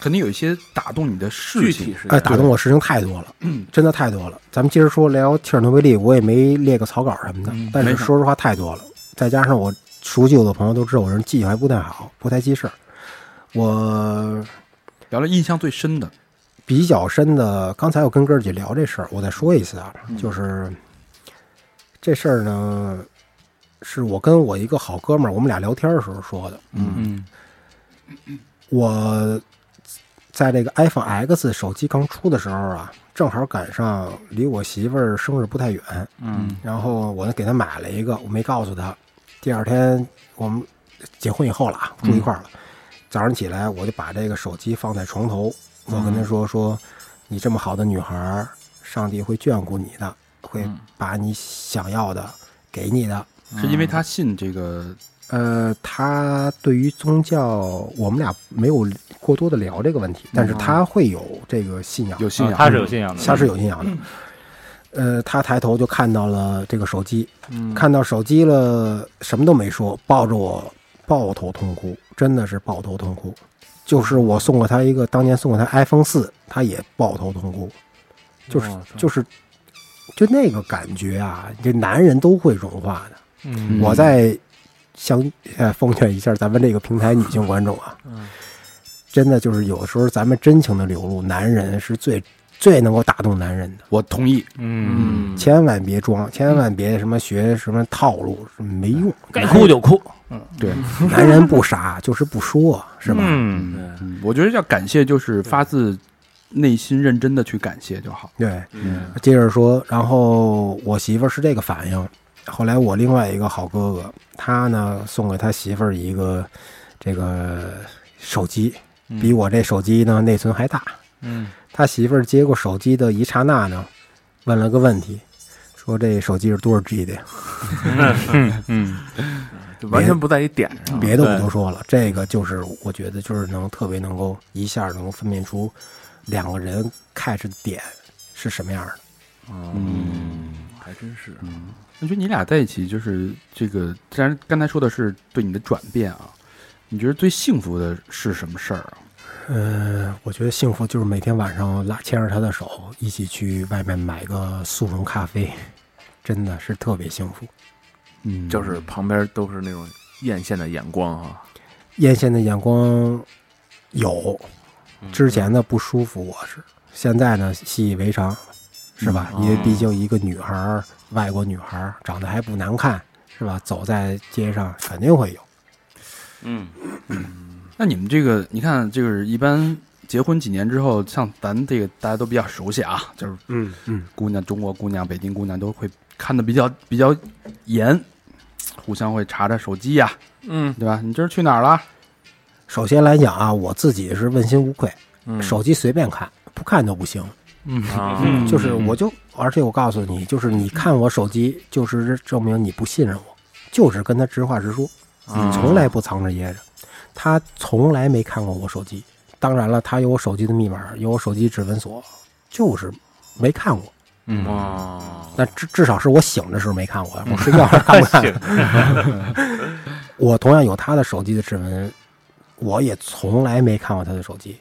肯定有一些打动你的事
具
情
体。是
哎，打动我事情太多了，真的太多了。咱们接着说聊切尔诺贝利，我也没列个草稿什么的，但
嗯没
是
事
说实话太多了。再加上我熟悉我的朋友都知道我这人记性还不太好，不太记事儿。我
聊聊印象最深的，
比较深的，刚才我跟哥儿姐聊这事儿，我再说一次啊，
嗯
就是这事儿呢，是我跟我一个好哥们儿，我们俩聊天的时候说的。
嗯
我在这个 iPhone X 手机刚出的时候啊，正好赶上离我媳妇儿生日不太远，
嗯
然后我呢给她买了一个，我没告诉她。第二天我们结婚以后了啊，住一块儿了。早上起来我就把这个手机放在床头，我跟她说说，你这么好的女孩儿，上帝会眷顾你的，会把你想要的给你的。
是因为他信这个
呃，他对于宗教，我们俩没有过多的聊这个问题，但是他会有这个信仰，
有信
啊
仰，
他是有信仰的，
他是有信仰的。呃，他抬头就看到了这个手机，
嗯
看到手机了，什么都没说，抱着我抱头痛哭，真的是抱头痛哭。就是我送过他一个，当年送过他 iPhone 四，他也抱头痛哭，就是
嗯哦
就是就那个感觉啊，这男人都会融化的。
嗯
我再相呃奉劝一下咱们这个平台女性观众啊，真的就是有的时候咱们真情的流露，男人是最最能够打动男人的，
我同意。
嗯，
嗯，
千万别装，千万别什么学什么套路，没用。
该嗯哭就哭，
对，
男人不傻，就是不说，是吧？
嗯，
嗯我觉得要感谢就是发自内心认真的去感谢就好。
对，
嗯
接着说，然后我媳妇儿是这个反应。后来我另外一个好哥哥，他呢送给他媳妇儿一个这个手机，比我这手机呢内存还大。
嗯，
他媳妇儿接过手机的一刹那呢，问了个问题，说这手机是多少 G 的呀？
就完全不在一点上，
别的我都说了，这个就是我觉得就是能特别能够一下能够分辨出两个人 catch 的点是什么样的。
嗯
嗯
还真是
我觉得你俩在一起就是这个，既然刚才说的是对你的转变啊，你觉得最幸福的是什么事儿啊？
嗯，我觉得幸福就是每天晚上拉牵着他的手，一起去外面买个速溶咖啡，真的是特别幸福。
嗯，
就是旁边都是那种艳羡的眼光啊，
艳羡的眼光有，之前的不舒服我是，现在呢习以为常，是吧？因为毕竟一个女孩儿，外国女孩儿长得还不难看，是吧？走在街上肯定会有。
嗯，
那你们这个，你看，就是一般结婚几年之后，像咱这个大家都比较熟悉啊，就是
嗯嗯，
姑娘、中国姑娘、北京姑娘都会看的比较比较严，互相会查查手机呀、
嗯
对吧？你今儿去哪儿了？
首先来讲啊，我自己是问心无愧，
嗯
手机随便看，不看都不行。
嗯
啊，
嗯
就是我就，而且我告诉你，就是你看我手机，就是证明你不信任我，就是跟他直话直说，嗯
啊
从来不藏着掖着。他从来没看过我手机，当然了，他有我手机的密码，有我手机指纹锁，就是没看过。
啊
嗯
嗯
哇，
那至至少是我醒的时候没看过，我睡觉时候看不看？我同样有他的手机的指纹，我也从来没看过他的手机，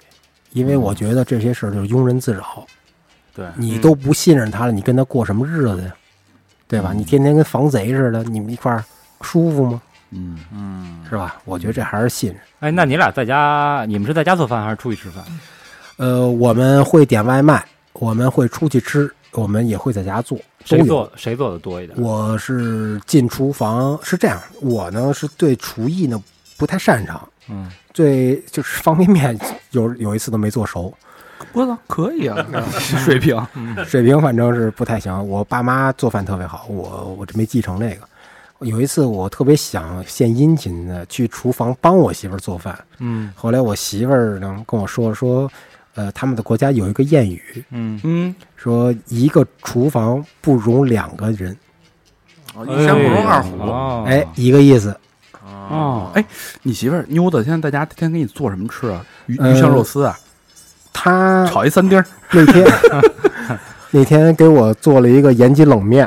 因为我觉得这些事儿就是庸人自扰。
对
你都不信任他了，你跟他过什么日子呀？对吧？你天天跟防贼似的，你们一块儿舒服吗？
嗯，
是吧？我觉得这还是信任。
哎，那你俩在家，你们是在家做饭还是出去吃饭？
呃，我们会点外卖，我们会出去吃，我们也会在家做，都
谁
有。
做谁做的多一点？
我是进厨房是这样，我呢是对厨艺呢不太擅长，嗯，最就是方便面有有一次都没做熟，
我操，可以啊， 水平。
嗯
水平反正是不太行。我爸妈做饭特别好，我我这没继承这个。有一次我特别想献殷勤的去厨房帮我媳妇儿做饭，
嗯
后来我媳妇儿呢跟我说说，呃，他们的国家有一个谚语，
嗯，
嗯，
说一个厨房不容两个人，
哦一山不容二虎。
哎哦
哎，一个意思。
哦，哎，你媳妇儿妞子现在在家天天给你做什么吃啊？鱼
呃
鱼香肉丝啊，
他
炒一三丁儿
那天那天 给我做了一个延吉冷面，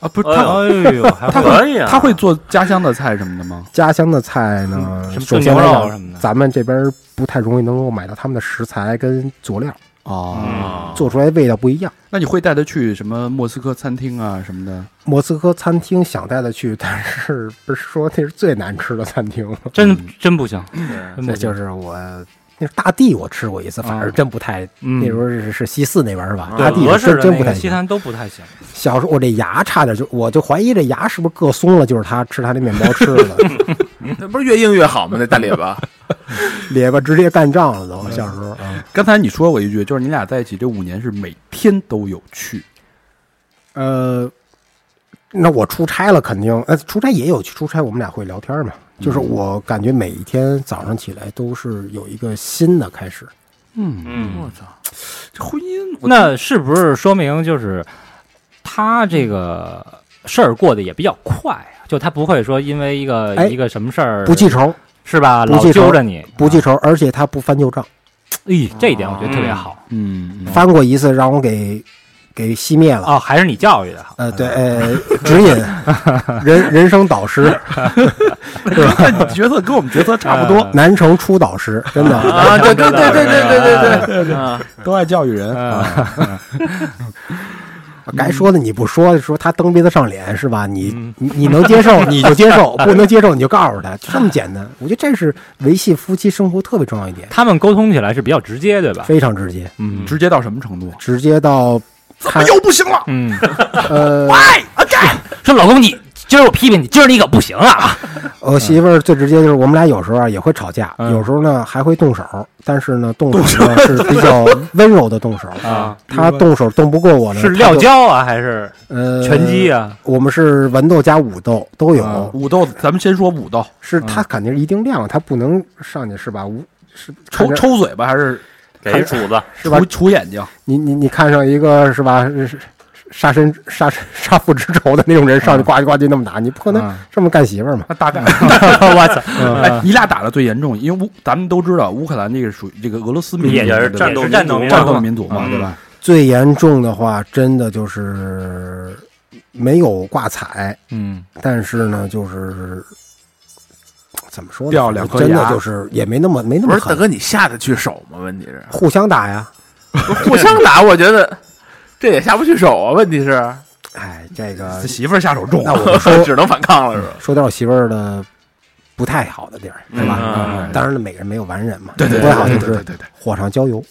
啊，不是
哎
她
呦
哎呦，还
她
会
可以啊，
她会做家乡的菜什么的吗？
家乡的菜呢，
嗯什么
首
炖
先
牛
来
肉
讲，
什么的，
咱们这边不太容易能够买到他们的食材跟佐料，
哦，
啊，
做出来味道不一样。
那你会带她去什么莫斯科餐厅啊什么的？
莫斯科餐厅想带他去， 但是不是说那是最难吃的餐厅吗？
真真不行，
嗯
真
那
不
嗯就
行。嗯
是我那是大地，我吃过一次，反正真不太。那时候是是西四那边是吧？
对
大地
嗯俄
我
式
真
的
真
那
不
个
太
西
行。
餐都不太行，
小时候我这牙差点就，我就怀疑这牙是不是硌松了，就是他吃他那面包吃 的，
那不是越硬越好吗？那大列巴，
列巴直接干仗了都。小时候，嗯
刚才你说过一句，就是你俩在一起这五年是每天都有去，
呃，那我出差了肯定，呃，出差也有去出差，我们俩会聊天嘛。就是
嗯
我感觉每一天早上起来都是有一个新的开始，
嗯，
嗯，
这婚姻我
那是不是说明就是他这个事儿过得也比较快啊？就他不会说因为一个、
哎
一个什么事儿
不记
啊
仇，
是吧，
不
老
记仇
揪着你，
不记仇，而且他不翻旧账。
哎，这一点我觉得特
哦
别好
嗯，啊嗯
翻过一次，让我给给熄灭了。
哦，还是你教育的好。
呃，对，
啊
呃，指引 人人生导师，
那你角色跟我们角色差不多，
呃南城出导师，真的
啊，对对对对对对对对，啊，
都爱教育人啊。
啊该
嗯
说的你不说，说他蹬鼻子上脸是吧？你你你能 接受你就接受，不能接受你就告诉他，就这么简单。我觉得这是维系夫妻生活特别重要一点，
他们沟通起来是比较直接，对吧？
非常直接，
嗯直接到什么程度？
直接到看
又不行了，
嗯，
呃，
说老公你今儿我批评你，今儿你可不行啊！
我呃媳妇儿最直接就是我们俩有时候啊也会吵架，
嗯
有时候呢还会动手，但是呢动手呢是比较温柔的动手
啊。
她动手动不过我呢，
是
她就
撂跤啊，还是
呃
拳击啊？
我们是文斗加武斗
哎
都有，
啊武斗，咱们先说武 斗，
是
啊
他肯定是一定量，他不能上去是吧？无是看
抽
着
抽嘴巴还是
给一杵子，
是吧
杵？杵眼睛？
你你你看上一个是吧？是是杀身杀身杀父之仇的那种人上去呱唧呱唧那么打，你不可能这么干媳妇儿嘛？
嗯那大 概，
我操，
哎，你俩打的最严重，因为乌咱们都知道乌克兰这个属于这个俄罗斯民族，
也
也是
对吧
战斗嗯
也是战斗
民
民
族
族
战斗民族嘛，对吧？
最严重的话，真的就是没有挂彩，
嗯，
但是呢，就是怎么说呢？
掉两颗牙
真的就是也没那么没那
不
么
是大
狠，
哥，你下得去手吗？问题是
互相打呀。
不是互相打，我觉得这也下不去手啊。问题是，
哎，这个
这媳妇儿下手重，啊
那我说
只能反抗了，是吧？
说到我媳妇儿的不太好的地儿，对吧？
嗯
当然了，每个人没有完人嘛，
对对
不
对
太好
对
就
对
是
对对，
火上浇油，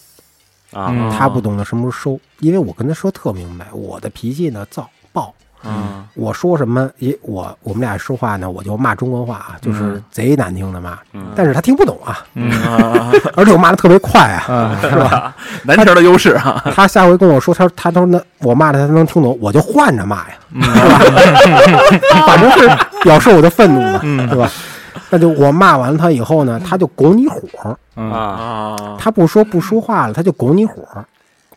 嗯
啊，
他不懂得什么时候收，因为我跟他说特明白，我的脾气呢躁暴，
嗯，
我说什么也我我们俩说话呢，我就骂中国话啊，就是贼难听的骂，
嗯
但是他听不懂啊，
啊
而且我骂的特别快啊，是吧？
南城的优势啊，
他下回跟我说，他他都能我骂的他能听懂，我就换着骂呀，是 吧？反正是表示我的愤怒嘛，对吧？那就我骂完了他以后呢，他就拱你火，
啊，
啊，
他不说不说话了，他就拱你火，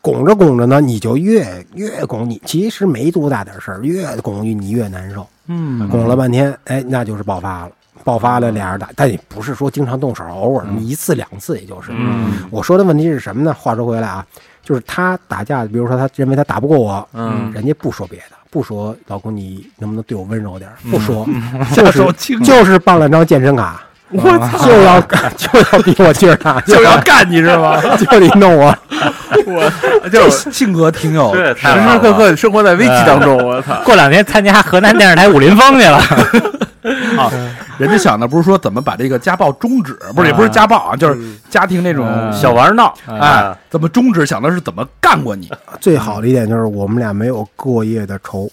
拱着拱着呢，你就越越拱你，其实没多大点事儿，越拱你越难受，
嗯，
拱了半天，哎，那就是爆发了。爆发了，俩人打，但也不是说经常动手，偶尔那么一次两次，也就是。
嗯
我说的问题是什么呢？话说回来啊，就是他打架，比如说他认为他打不过我，
嗯，
人家不说别的，不说老公你能不能对我温柔点儿，不说，就是就是办了张健身卡，我操，就要 就要比我劲儿大， 就要
干你知道吗？
就得弄 啊我，
这性格挺有，
对，
时
太好
时
了
刻刻生活在危机当中，我操！
过两天参加河南电视台武林 风去了。
人家想的不是说怎么把这个家暴终止，不是也不是家暴啊，就是家庭那种
小玩闹，
哎，怎么终止？想的是怎么干过你，
最好的一点就是我们俩没有过夜的仇，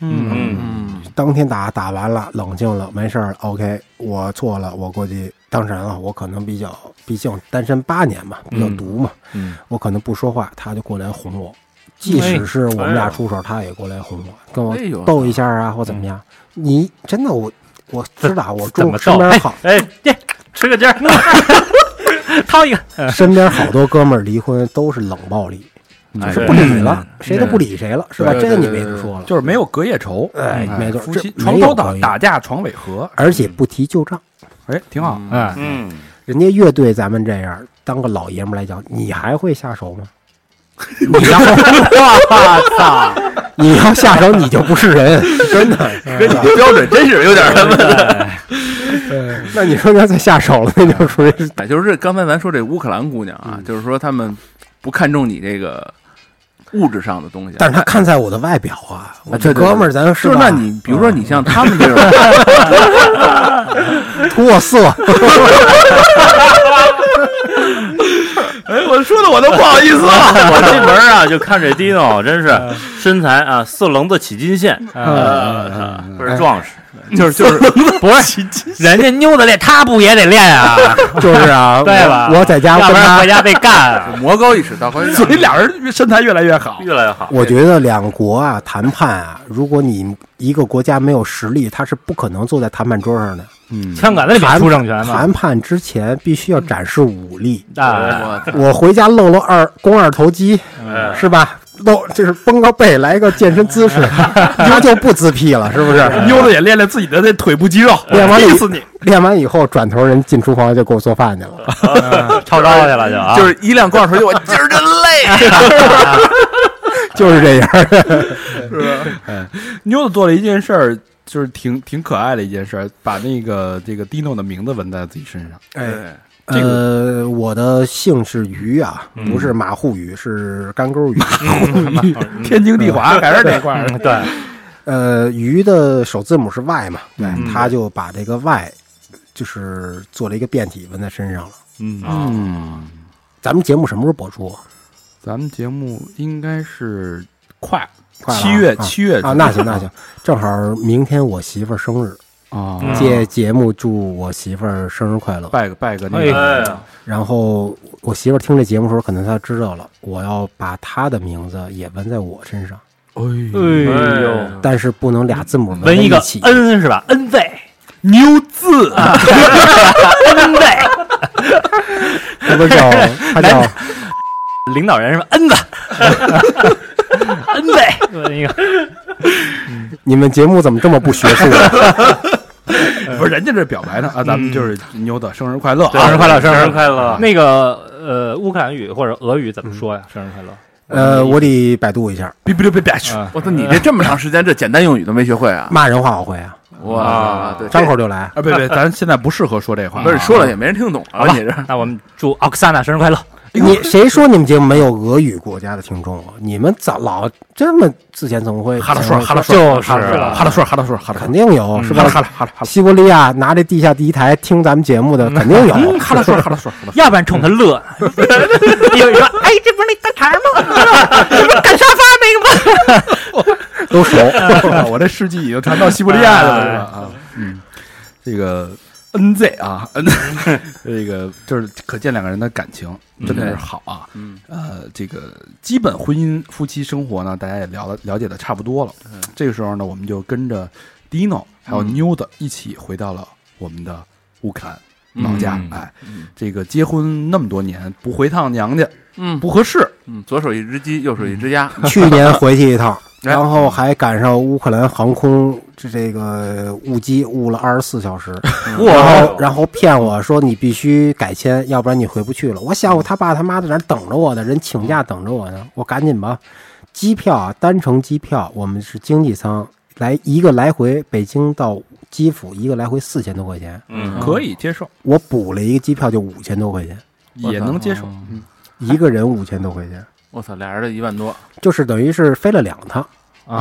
嗯，
嗯，
当天打打完了，冷静了，没事儿了，OK，我错了，我估计当然了，我可能比较，毕竟单身八年嘛，比较毒嘛，
嗯，
我可能不说话，他就过来哄我，即使是我们俩出手，他也过来哄我，跟我
哎呦嗯
斗一下啊，或怎么样。你真的我我知道我
怎
中
么
身
逗？
边
哎
好
哎，这吃个鸡儿， 掏一个。
身边好多哥们儿离婚都是冷暴力，
哎
是不理了，谁都不理谁了，是吧？
对
这
对
个你
对
没
对
得
对
说了，
就是没有隔夜仇，
哎没错
夫妻
这
床
没有
头打
隔夜
打架床尾和，
而且不提旧账。
哎，挺好。
嗯，
嗯，
人家乐队咱们这样，当个老爷们儿来讲，你还会下手 吗？
你要我操，
你要下手，你就不是人， 真的。
哥，你这标准真是有点 什么。
那你说要再下手了，那就属于
哎，就是这刚才咱说这乌克兰姑娘
嗯
啊，就是说他们不看重你这个物质上的东西啊，
但是他看在我的外表啊，我这
对对对
哥们儿，咱
就是
吧
那你比如说你像他们这种，
图我色，
哎，我说的我都不好意 思了。
我进门啊就看这 Dino，真是身材啊四棱子起筋线，呃倍儿壮实。
就是就是，
不是，人家妞子练，他不也得练啊？
就是 啊，
对吧
我我在家
要
跟
不然
他
回，家被干啊。
魔高一尺，道高一丈
所。以俩人身材越来越好，
越来越好，
我觉得两国啊谈判啊，如果你一个国家没有实力，他是不可能坐在谈判桌上的。
嗯枪杆子里面出政权嘛
谈？判之前必须要展示武力。
啊，
我操
我回家露露二肱二头肌，是吧？露就是绷个背，来个健身姿势，他就不自闭了，是不是？
妞子也练练自己的那腿部肌肉，
练完
气
以
死你！
练完以后，转头人进厨房就给我做饭去了。
抄招去了就 啊，
就是一辆逛出去，我今儿真累。
就是这样，
妞子做了一件事儿，就是挺挺可爱的一件事儿，把那个这个 Dino 的名字纹在自己身上。
哎，
对，
这
呃，我的姓是鱼啊，不是马户鱼，是干沟鱼。
天经地华，还是那块儿。
对，
呃，鱼的首字母是 Y 嘛，对，
嗯
他就把这个 Y 就是做了一个变体纹在身上了。
啊
嗯，
咱们节目什么时候播出？啊
咱们节目应该是快
快了啊
七月
啊
七月
啊，那行那行，正好明天我媳妇儿生日，
啊，
嗯
借节目祝我媳妇儿生日快乐。
拜个拜个那
哎
个，
哎呀，
然后我媳妇儿听这节目的时候，可能她知道了，我要把她的名字也纹在我身上，
哎呦
哎呦，
呦，
但是不能俩字母纹在
纹一个
起。
N 是吧？N 位
牛字，
，N 位，
那不叫她叫
领导人是吧？N 子，N 位，纹一个
你们节目怎么这么不学术啊？
不是人家这表白呢啊，咱们就是妞子生日快乐啊！
生日快乐，生
生
日
日
快乐。
快乐！
那个呃，乌克兰语或者俄语怎么说呀？生日快乐。
呃，我得百度一下，
别别别别去，
啊
我操，你这这么长时间，这简单用语都没学会啊！
骂人话我会啊，
哇，对，
张口就来。
啊别别，咱现在不适合说这话。
不是说了也没人听懂
好
啊，
吧
你这，
那我们祝奥克萨娜生日快乐。
哎
你谁说你们节目没有俄语国家的听众啊？你们咋老这么自嫌怎么会？
哈拉说哈拉说，
就是
哈拉说哈拉说哈拉说，
肯定有，是
哈
吧
拉？哈拉哈拉哈
西伯利亚拿这地下第一台听咱们节目的肯定有，
拉嗯哈拉说哈拉说哈拉说，
要不然冲他乐， 有人说：“哎，这不是那大肠吗？这不是赶沙发那个吗
都熟。
我这事迹已经传到西伯利亚了，是吧？啊，嗯，这个 NZ 啊，N 这个就是可见两个人的感情真的是好啊。
嗯，
呃，这个基本婚姻夫妻生活呢，大家也聊了了解的差不多了。这个时候呢，我们就跟着 Dino 还有
嗯
妞子一起回到了我们的乌克兰老
嗯
家。
嗯
哎，
嗯
这个结婚那么多年不回趟娘家
嗯
不合适，
嗯，左手一只鸡，右手一只鸭，
去年回去一趟，
哎
然后还赶上乌克兰航空这这个呃误机，误了二十四 小时，然后然后骗我说你必须改签，要不然你回不去了。我下午他爸他妈在那儿等着我呢，人请假等着我呢，我赶紧吧。机票啊，单程机票，我们是经济舱，来一个来回北京到基辅，一个来回四千多块钱，
嗯，
可以接受，
我补了一个机票就五千多块钱，
也能接受。嗯
一个人五千多块钱。
我操，俩人的一万多，
就是等于是飞了两趟。
啊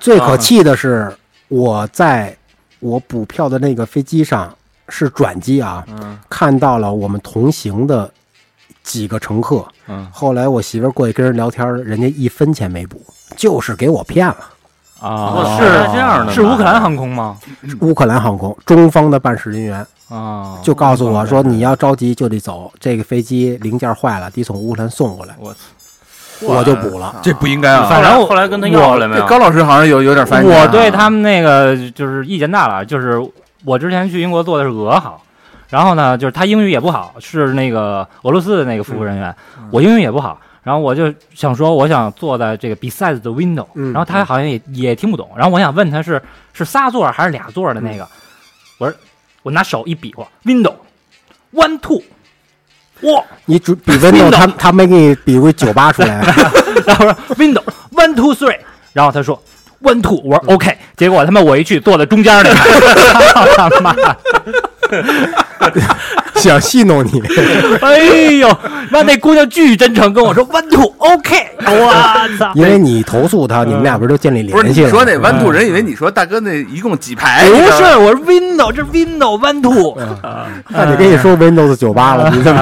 最可气的是，我在我补票的那个飞机上是转机啊，
嗯
看到了我们同行的几个乘客。
嗯
后来我媳妇儿过去跟人聊天，人家一分钱没补，就是给我骗了。
啊
哦
是
是这样的
是乌克兰航空吗？
乌克兰航空中方的办事人员
啊，
就告诉我说，你要着急就得走，这个飞机零件坏了，得从乌克兰送过来。
我操
我就补了，
这不应该啊！
反正我
后来跟他要
我
回来没有？
高老师好像有有点烦。
我对他们那个就是意见大了，就是我之前去英国做的是俄航，然后呢，就是他英语也不好，是那个俄罗斯的那个服务人员，我英语也不好，然后我就想说，我想坐在这个 besides the window，、
嗯
然后他好像也也听不懂，然后我想问他是是仨座儿还是俩座儿的那个，我说我拿手一比划，window one two。哇！
你只比 Windows 他 他没给你比过九八出来，
然后说 window one two three，然后他说 one two，我说 OK，结果他妈我一去坐在中间儿那个， 他妈的
想戏弄你。
哎呦，妈那姑娘巨真诚跟我说 one two OK，我操！
因为你投诉他，你们俩不是就建立
不是
联
你
系了吗？
说那弯兔人，以为你说大哥那一共几排？
哎
不
你知道
是
吗，
哎我是 window，这 window one two，
那啊你跟你说 Windows 九八了，你怎么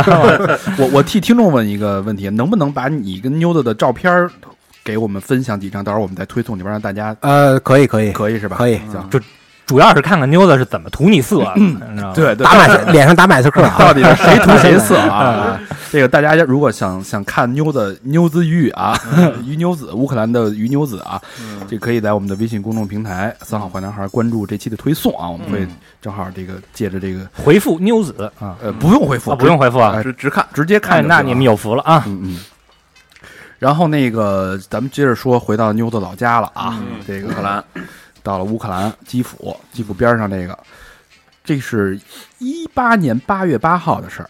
我我替听众问一个问题，能不能把你跟妞子的照片儿给我们分享几张？到时候我们再推送里边让大家
呃，可以可以
可以是吧？
可以
行
主要是看看妞子是怎么吐你色的，你知道吗？
对对，
打马 脸上打马赛克啊
到底是 谁图谁色啊？ 这个大家如果想想看妞子妞子玉 啊，鱼妞子，乌克兰的鱼妞子啊，
嗯
这可以在我们的微信公众平台“三好坏男孩”关注这期的推送啊，我们
嗯
会正好这个借着这个
回复妞子
啊，呃，不用回复，
啊，不用回复啊
哎，
只只看
直，直接
哎，
看就行啊。
那你们有福了啊！
嗯嗯。然后那个，咱们接着说，回到妞子老家了啊，这个
乌克兰
到了乌克兰基辅，基辅边上这个，这是一八年八月八号的事儿，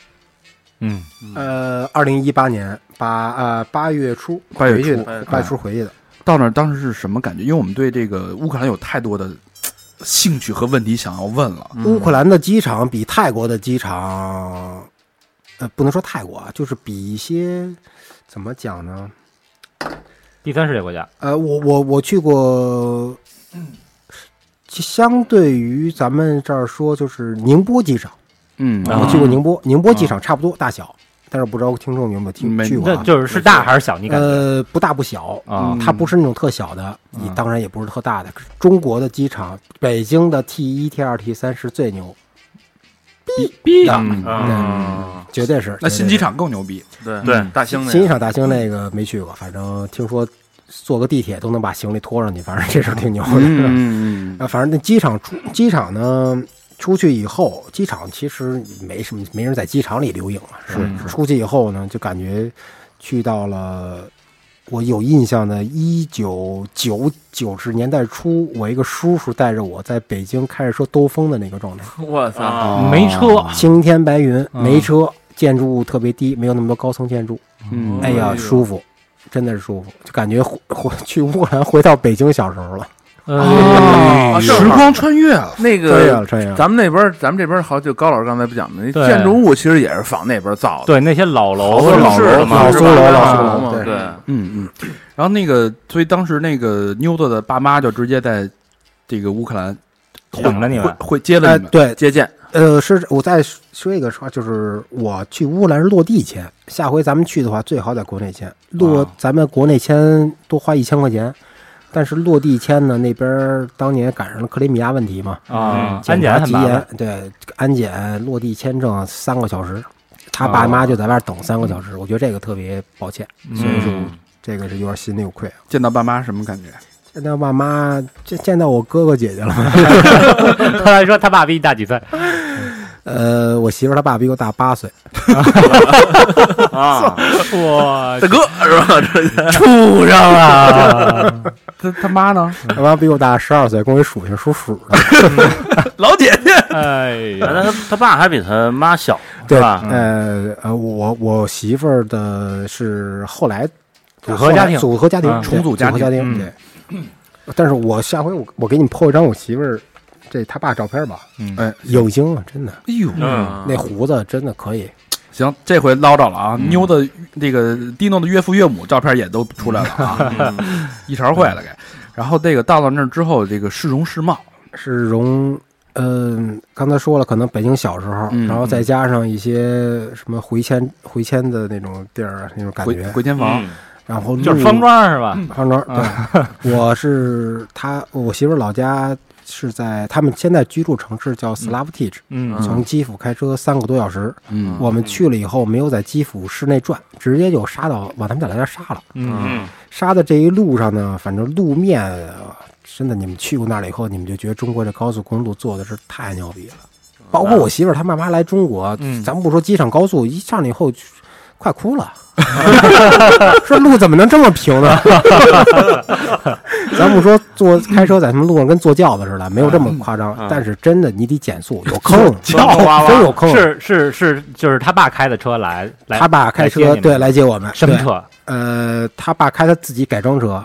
嗯，
呃，二零一八年八呃八月初
八月
回去
初
的，
嗯
八月初回去的。
到那儿当时是什么感觉？因为我们对这个乌克兰有太多的嘖兴趣和问题想要问了。
乌克兰的机场比泰国的机场，呃，不能说泰国啊，就是比一些怎么讲呢？
第三世界国家，
呃，我我我去过，其相对于咱们这儿说，就是宁波机场，
嗯
啊
我去过宁波，宁波机场差不多大小，但是不知道听众有没有听
没
去过
那
啊？
就是是大还是小？你感觉？
呃，不大不小
啊
它不是那种特小的，也当然也不是特大的。中国的机场，北京的 T 一、T 二、T 三是最牛，
逼
的
嗯
啊
嗯，
绝对是。
那
绝对
新
是
机场更牛逼，嗯
对
对
大兴那
新机
个
场大兴那个没去过，反正听说坐个地铁都能把行李拖上去，反正这事儿挺牛的。
嗯嗯
啊，反正那机场出机场呢，出去以后，机场其实没什么，没人在机场里留影啊。是吧出去以后呢，就感觉去到了我有印象的一九九九十年代初，我一个叔叔带着我在北京开着车兜风的那个状态，
我操，
啊，
没车，
青天白云，没车，建筑物特别低，没有那么多高层建筑，
嗯
哎呀，舒服。真的是舒服，就感觉回回去乌克兰回到北京小时候了。
哎
哦
嗯时光穿越啊，
那
对呀、
个。
这样。
咱们那边，咱们这边好，就高老师刚才不讲的，那
对
建筑物其实也是仿那边造的，
对那些老楼
好多
老
是
楼
的
嘛
嘛，
老
是
苏
吧
楼
老
老
苏
苏
楼
啊
楼
嘛，
对
对，
嗯嗯。然后那个，所以当时那个妞子的爸妈就直接在这个乌克兰会
等着你们
会会接了
哎，
你们。
对，
借鉴，
呃，是我再说一个说，就是我去乌兰落地签，下回咱们去的话，最好在国内签。落、
啊
咱们国内签多花一千块钱，但是落地签呢，那边儿当年赶上了克里米亚问题嘛，
哎嗯
啊，
检
安检
查
很
集
麻烦
严，对，安检、落地签证三个小时，他爸妈就在外等三个小时，我觉得这个特别抱歉，所以说
嗯
这个是有点心里有愧啊。
见到爸妈什么感觉？
见到爸妈，见见到我哥哥姐姐了吗？
他还说他爸比你大几 岁，
呃，我媳妇儿她爸比我大八岁，
啊，
哇，
大哥是吧？这
畜生啊！
他他妈呢？
她妈比我大十二岁，跟我一属性属鼠的。
老姐姐，
哎呀，
那他他爸还比他妈小，
对，
是吧？
呃呃，我我媳妇儿的是后来
组合家庭
后来组合家庭，
啊
对
重组家庭
合庭，对。但是我下回我我给你们 po 一张我媳妇儿这他爸照片吧，
哎，
有精啊，真的，
哎呦，
嗯，
那胡子真的可以。
行，这回捞着了啊！妞的那个迪诺的岳父岳母照片也都出来了啊，
嗯
一勺烩了给。然后这个到了那儿之后，这个市容市貌，
是容，嗯、刚才说了，可能北京小时候，
嗯
然后再加上一些什么回迁回迁的那种地儿，那种感
回
觉，
回天房，
嗯
然后
就是
路
方庄是吧？
方庄，对，啊我是他，我媳妇儿老家是在他们现在居住城市叫 Slavtich，
嗯
从基辅开车三个多小时。
嗯
我们去了以后，没有在基辅市内转，直接就杀到往他们家老家杀了。
嗯
杀的这一路上呢，反正路面呃真的，你们去过那儿了以后，你们就觉得中国这高速公路做的是太牛逼了。包括我媳妇儿她妈妈来中国，
嗯
咱不说机场高速，一上来以后就快哭了， 说路怎么能这么平呢？ 咱不说坐开车在他们路上跟坐轿子似的，没有这么夸张，
嗯
但是真的你得减速，有坑，真有坑。
是是是，就是他爸开的车来来，
他爸开
来接你
车
们
对来接我们，
什么
对
车？
呃，他爸开他自己改装车，啊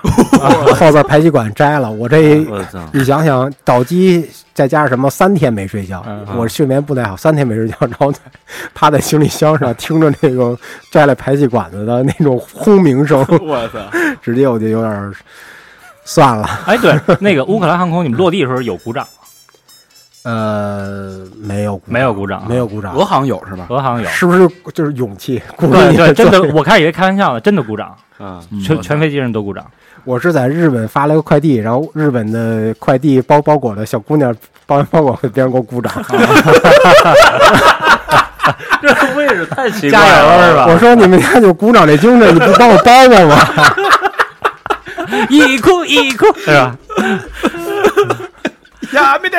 后边排气管摘了。我 这
嗯我操，
你想想，倒机再加上什么，三天没睡觉，
嗯
我睡眠不太好，三天没睡觉，然后趴在行李箱上听着那个摘了排气管子的那种轰鸣声，
我操，
直接我就有点儿算了。
哎，对，那个乌克兰航空，你们落地的时候有鼓掌吗，
呃，没有鼓掌
没有鼓掌啊
没有鼓掌
俄，航有是吧？
俄航有。
是不是就是勇气鼓励
对
你
对，真的
做，
我开始以为开玩笑呢，真的鼓掌，
啊，
嗯
全全飞机人都鼓掌。
我是在日本发了个快递，然后日本的快递包包裹的小姑娘包完包裹，别人给我鼓掌。
这个位置太奇怪
加油
了，
是吧？
我说你们家有鼓掌这精神，你不帮我包包吗？
一哭一哭是吧？
呀没得，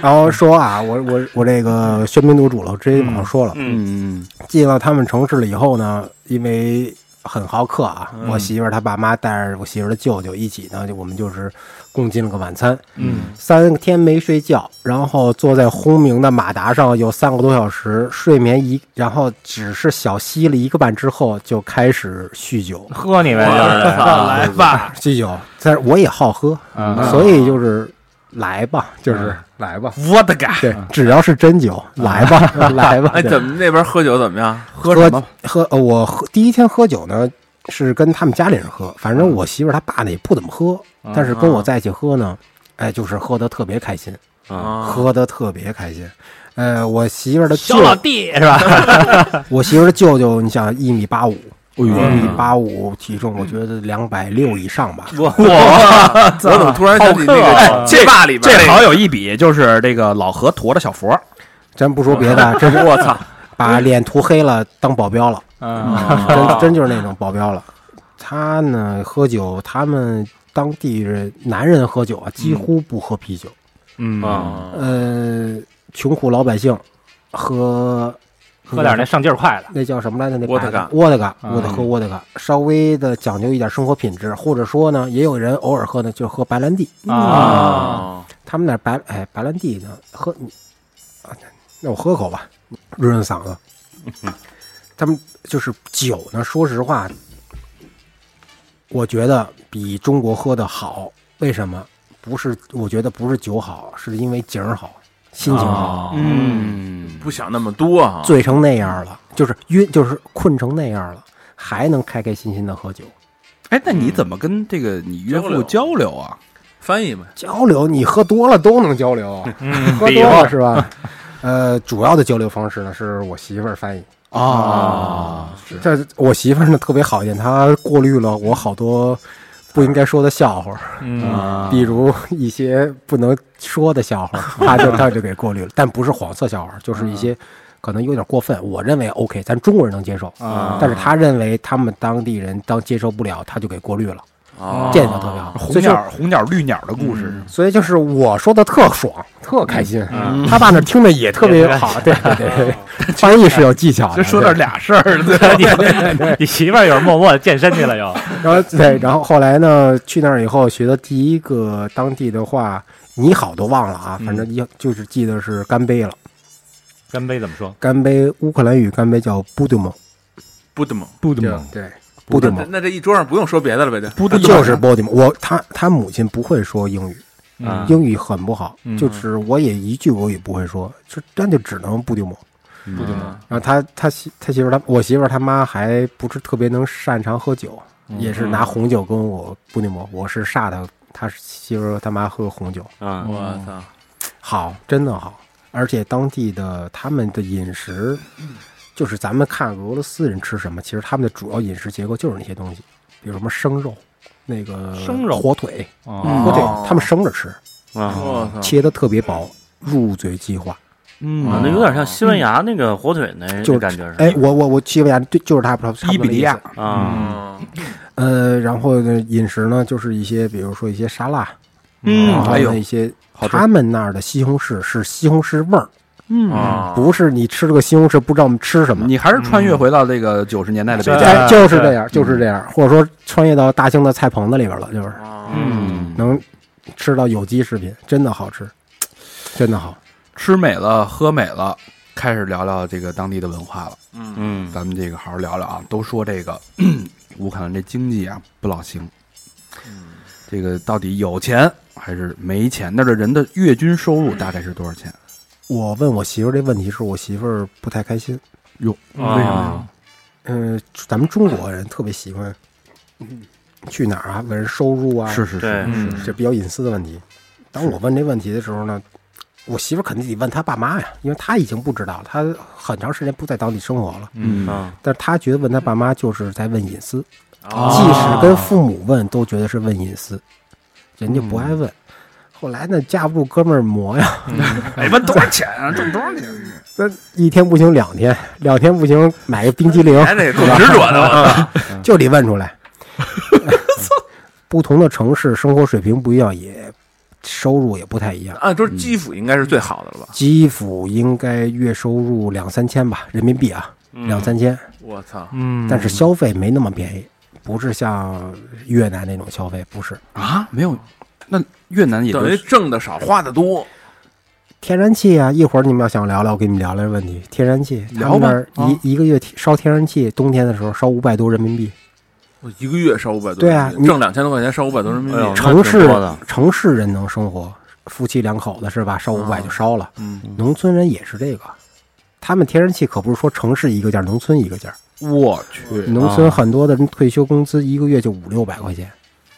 然后说啊，我我我这个喧宾夺主了，直接往上说了。
嗯
进了他们城市了以后呢，因为很好客啊，我媳妇儿她爸妈带着我媳妇儿的舅舅一起呢，就我们就是共进了个晚餐。
嗯，
三天没睡觉，然后坐在轰鸣的马达上有三个多小时，睡眠一，然后只是小吸了一个半之后就开始酗酒。
喝你们就是啊来吧，
酗酒，但是我也好喝，
啊
嗯
所以就是来吧，就是来吧，我的嘎，对，只要是真酒，来吧，来吧。
哎，
对
怎么那边喝酒怎么样？
喝
什么
喝呃，我喝第一天喝酒呢，是跟他们家里人喝，反
嗯
正我媳妇儿她爸呢也不怎么喝，但是跟我在一起喝呢，哎，就是喝得特别开心，
嗯
啊，
喝得特别开心。呃，我媳妇儿的舅
嗯小，老弟是吧？ 嗯
我媳妇儿的舅舅，你想一米八五，
哎呦
一米八五体重，我觉得两百六以上吧，
我怎么突然想起那
啊
个街霸里边
啊这
那
好有一比，就是这个老何驮着小佛，
咱不说别
嗯
的，真是我操，把脸涂黑了当保镖了，
嗯，
真真就是那种保镖了。他呢喝酒，他们当地人男人喝酒啊，
嗯
几乎不喝啤酒。
嗯
啊，
嗯
呃，穷苦老百姓喝
喝点那上劲儿快的，
那叫什么来着？那
沃特嘎
沃特嘎，
嗯
沃特喝沃特嘎，稍微的讲究一点生活品质，或者说呢，也有人偶尔喝呢，就喝白兰地。
啊，
啊，
他们那白哎白兰地呢，喝你啊，那那我喝口吧，润 润嗓子。啊他们就是酒呢，说实话，我觉得比中国喝的好。为什么？不是，我觉得不是酒好，是因为景儿好，心情
哦
好，
嗯，不想那么多啊，
醉成那样了，就是晕，就是困成那样了，还能开开心心的喝酒。
哎，那
嗯
你怎么跟这个你岳父交流啊？
翻译嘛，
交流，你喝多了都能交流，啊喝
嗯比
多
划
了是吧？呃，主要的交流方式呢是我媳妇儿翻译。
啊，
这我媳妇儿呢特别好一点，她过滤了我好多不应该说的笑话，啊
啊
嗯
比如一些不能说的笑话， 她就她就给过滤了，但不是黄色笑话，就是一
啊
些可能有点过分，我认为 OK，咱中国人能接受，
啊
但是她认为他们当地人当接受不了，她就给过滤了，
啊，
这个特别好。
红
所以就
鸟红鸟绿鸟的故事，
所以就是我说的特爽，特 开心，
嗯
他爸那听着也特别好，对对对，对翻译是有技巧的，
这说点俩事 儿，对
你 你媳妇儿有人默默地健身去了又，
然后对，然后后来呢，去那儿以后学的第一个当地的话，你好都忘了啊，反正一就是记得是干杯了，
干杯怎么说？
干杯乌克兰语干杯叫布杜蒙，
不怎么，
不对
对，布杜
那
蒙
那这一桌上不用说别的了呗，就
不对，
就是布杜蒙，我他他母亲不会说英语，
啊
嗯
英语很不好，就是我也一句国语不会说，就那就只能布杜蒙。
嗯
不怎么，
然后他他媳他媳妇儿他我媳妇儿他妈还不是特别能擅长喝酒，
嗯
也是拿红酒跟我布丁摩，我是煞他，他媳妇儿他妈喝红酒，
嗯
啊，
我操，
好，真的好，而且当地的他们的饮食就是咱们看俄罗斯人吃什么，其实他们的主要饮食结构就是那些东西，比如什么生肉，那个
生肉
火腿，
哦
火腿他们生着吃，
啊，
我操，
切的特别薄，入嘴即化。
嗯
啊那有点像西班牙那个火腿那
就是
那感觉是
哎，我我我西班牙对，就是他差不多
伊比利亚
差不多那意思
啊，
嗯，
呃，然后呢，饮食呢，就是一些，比如说一些沙拉，
嗯
然后
哎呦
呢一些
好吃
他们那儿的西红柿是西红柿味儿，
啊，
不是你吃了个西红柿不知道我们吃什么。
嗯你还是穿越回到这个九十年代的北
对
京，
哎，嗯就是
对
这样，就是这样，或者说穿越到大兴的菜棚子里边了，就是
嗯，
能吃到有机食品，真的好吃，真的好。
吃美了，喝美了，开始聊聊这个当地的文化了。
嗯
咱们这个好好聊聊啊，都说这个乌克兰这经济啊不老行，这个到底有钱还是没钱？那这人的月均收入大概是多少钱？
我问我媳妇儿这问题时，我媳妇儿不太开心。
哟，
啊
为什么呀？
嗯、咱们中国人特别喜欢嗯去哪儿啊，问人收入啊，
是是
对
是，
嗯
这比较隐私的问题。当我问这问题的时候呢，我媳妇儿肯定得问她爸妈呀，因为她已经不知道了，她很长时间不在当地生活了。
嗯，
啊，
但是她觉得问她爸妈就是在问隐私，
啊
哦
即使跟父母问，都觉得是问隐私，人家不爱问。后来呢，架不住哥们儿磨呀，
哎，问多少钱啊？挣多少钱？
那一天不行两天，两天不行买个冰激凌，
还得够执着的，
嗯
我操
就得问出来。不同的城市生活水平不一样，也收入也不太一样。
按说基辅应该啊是最好的了吧？
基辅应该月收入两三千吧，人民币啊，
嗯
两三千，
我操，
嗯，
但是消费没那么便宜，不是像越南那种消费，不是。
啊，没有，那越南也都
等于挣的少，花的多，
天然气啊，一会儿你们要想聊聊，我给你们聊聊这问题。天然气，他
聊
们
吧
那儿一、
啊
一个月烧天然气，冬天的时候烧五百多人民币。
我一个月烧五百多，
对啊你
挣两千多块钱，烧五百多人民
哎呦
币，
城市
挺多的
城市人能生活，夫妻两口子是吧？烧五百就烧了。
嗯，
农村人也是这个，他们天然气可不是说城市一个价，农村一个价。
我去，
农村很多的人退休工资一个月就五六百块钱，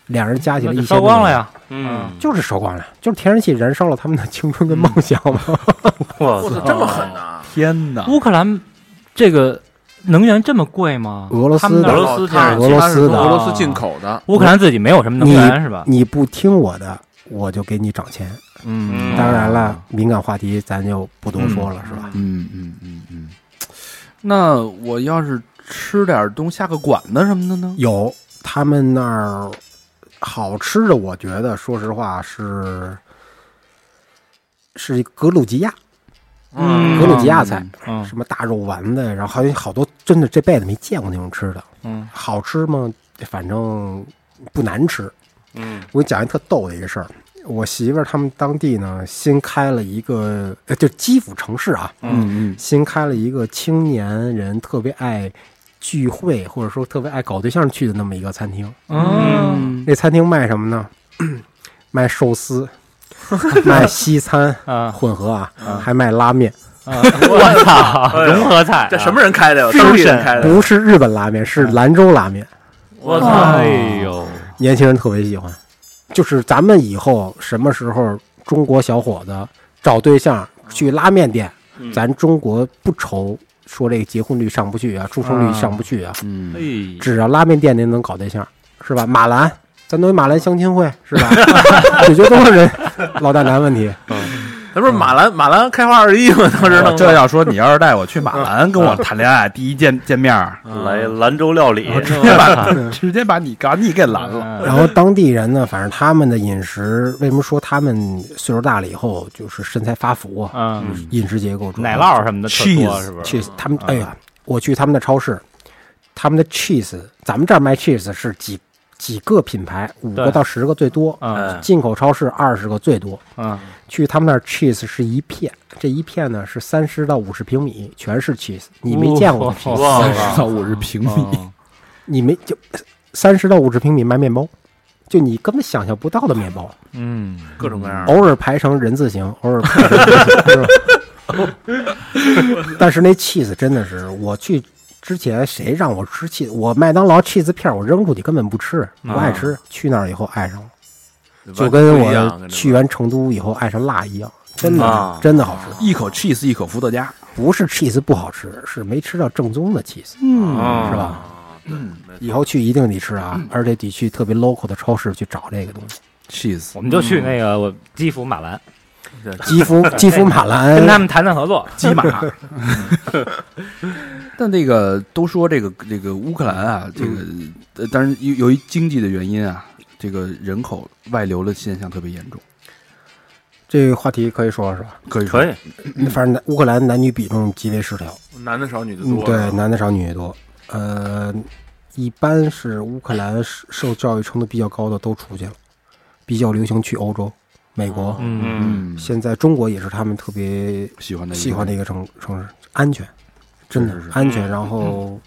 两人加起来
那
一
就
千
烧光了，呀！
嗯，
就是烧光了，就是天然气燃烧了他们的青春跟梦想嘛。
我
我操，
操，
这么狠啊呐！
天哪！
乌克兰这个能源这么贵吗？
俄罗斯
啊他们那
的
儿
俄罗斯天然
它
气
俄罗
它是
斯
从
的
俄罗斯进口的，
乌克兰自己没有什么能
你
源是吧？
你不听我的，我就给你涨钱。
嗯
当然了，敏感话题咱就不多说了，是吧？
嗯嗯嗯嗯，那我要是吃点东西下个馆子什么的
嗯
呢？
有他们那儿好吃的，我觉得说实话是是格鲁吉亚，
嗯
格鲁吉亚菜，
嗯
什么大肉丸子，然后还有好多真的这辈子没见过那种吃的。
嗯，
好吃吗？反正不难吃。
嗯，
我给你讲一特逗的一个事儿。我媳妇儿他们当地呢，新开了一个，呃，就基辅城市啊，
嗯嗯，
新开了一个青年人特别爱聚会，或者说特别爱搞对象去的那么一个餐厅。
嗯
那餐厅卖什么呢？ 卖寿司，卖西餐
啊，
混合啊，还卖拉面，
我操，融合菜啊，
这什么人开的呀？
Fusion
当地人开的，
不是日本拉面，是兰州拉面。
我操，
哎呦，
年轻人特别喜欢。就是咱们以后什么时候中国小伙子找对象去拉面店，
嗯
咱中国不愁说这个结婚率上不去啊，出生率上不去啊，
嗯，
哎，
只要拉面店您能搞对象，是吧？马兰，咱都有马兰相亲会，是 吧？解决多少人老大难问题？
那不是马兰马兰开花二十一吗？当时弄
这要说你要是带我去马兰跟我谈恋爱，第一见见面儿，
嗯来兰州料理，
直接把直接把你嘎你给拦了。
嗯
然后当地人呢，反正他们的饮食，为什么说他们岁数大了以后就是身材发福啊？
嗯，
饮食结构主要
奶酪什么的特多
Cheese，
是不是？
去他们，哎呀，我去他们的超市，他们的 cheese，咱们这儿卖 cheese 是几几个品牌，五个
对
到十个最多，
嗯
进口超市二十个最多。
嗯
去他们那儿 cheese 是一片，这一片呢是三十到五十平米，全是 cheese，你
哦
没见过的
哦
cheese，、
哇
三十到五十平
嗯
米，
你没就三十到五十平米卖面包。就你根本想象不到的面包，
嗯，各种各样的，
偶尔排成人字形，偶尔排成是吧 但是那 cheese 真的是，我去之前谁让我吃 cheese？我麦当劳 cheese 片儿我扔出去根本不吃，不爱吃。去那儿以后爱上了，就跟
啊不一样
我去完成都以后爱上辣一样，真的
啊
是真的好吃。
一口 cheese 一口伏特加，
不是 cheese 不好吃，是没吃到正宗的 cheese。
嗯
是吧？
嗯，没错
以后去一定得吃啊，而且得去特别 local 的超市去找这个东西。
cheese
我们就去
嗯
那个我基辅马兰，
基辅基辅马
跟他
兰，
们谈谈合作。
鸡马。但那个都说这个这个乌克兰啊，这个呃，当然由由于经济的原因啊，这个人口外流的现象特别严重，
这个话题可以说是吧？
可以说
可以，
反正男乌克兰男女比重极为失调，
男的少，女的
嗯，
多。啊
对，男的少，女的多。呃，一般是乌克兰受受教育程度比较高的都出去了，比较流行去欧洲、美国。
嗯，
嗯，
嗯，
现在中国也是他们特别
喜欢的
喜欢的一个城城市，安全，真的
是是
安
嗯
全。然后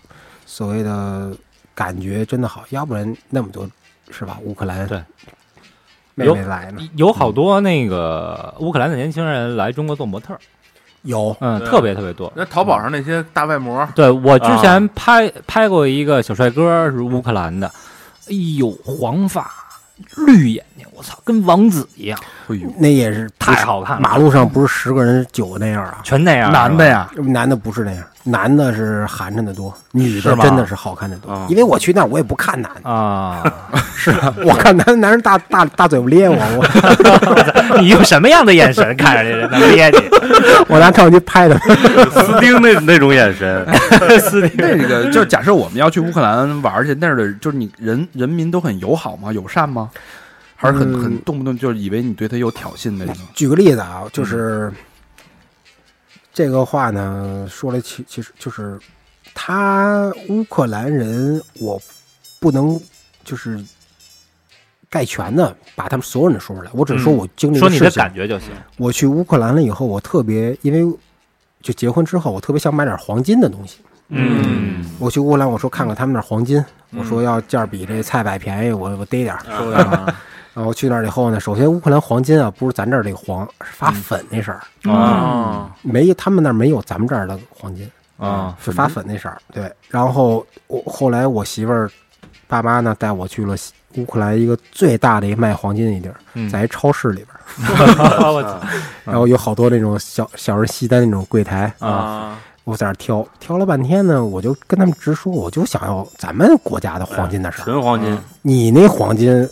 所谓的感觉真的好，要不然那么多是吧？乌克兰
对
妹
有
妹来呢，
有好多那个乌克兰的年轻人来中国做模特儿，
有
嗯，
对
特别特别多。
那淘宝上那些大外模，
对我之前拍拍过一个小帅哥是乌克兰的，哎呦，黄发绿眼睛，我操，跟王子一样，
会有
那也是
太好看了
马路上不是十个人九个那样啊，
全那样。
男的，呀，
男的不是那样，男的是寒碜的多，女的
吗
真的是好看的多。因为我去那儿我也不看男的，
啊，
是啊，我看男男人大大大嘴巴咧我，我
你用什么样的眼神看着这 人能捏你？
我拿照相机拍的。
斯丁那那种眼神，
那个就假设我们要去乌克兰玩去，那儿的就是你人人民都很友好吗？友善吗？还是很
嗯
很动不动就是以为你对他有挑衅那种？
举个例子啊，
嗯
就是、这个话呢，说了其其实就是他乌克兰人，我不能就是概全的把他们所有人都说出来，我只是说我经历
嗯 说
的
你
事
的
情。
感觉就行。
我去乌克兰了以后，我特别因为就结婚之后，我特别想买点黄金的东西。
嗯，
我去乌克兰，我说看看他们那儿黄金，
嗯
我说要价比这菜百便宜，我我逮点儿。
嗯
说的啊然后去那儿以后呢，首先乌克兰黄金啊，不是咱这儿这个黄，是
嗯
发粉那色儿，
啊
没他们那儿没有咱们这儿的黄金，
啊，
是发粉那色儿。对，然后我后来我媳妇儿爸妈呢带我去了西乌克兰一个最大的一个卖黄金的地儿，在一超市里边儿，
我操
然后有好多那种小小人西单那种柜台，
啊，
我在那儿挑，挑了半天呢，我就跟他们直说，我就想要咱们国家的黄金的事儿。
纯黄金，
你那黄金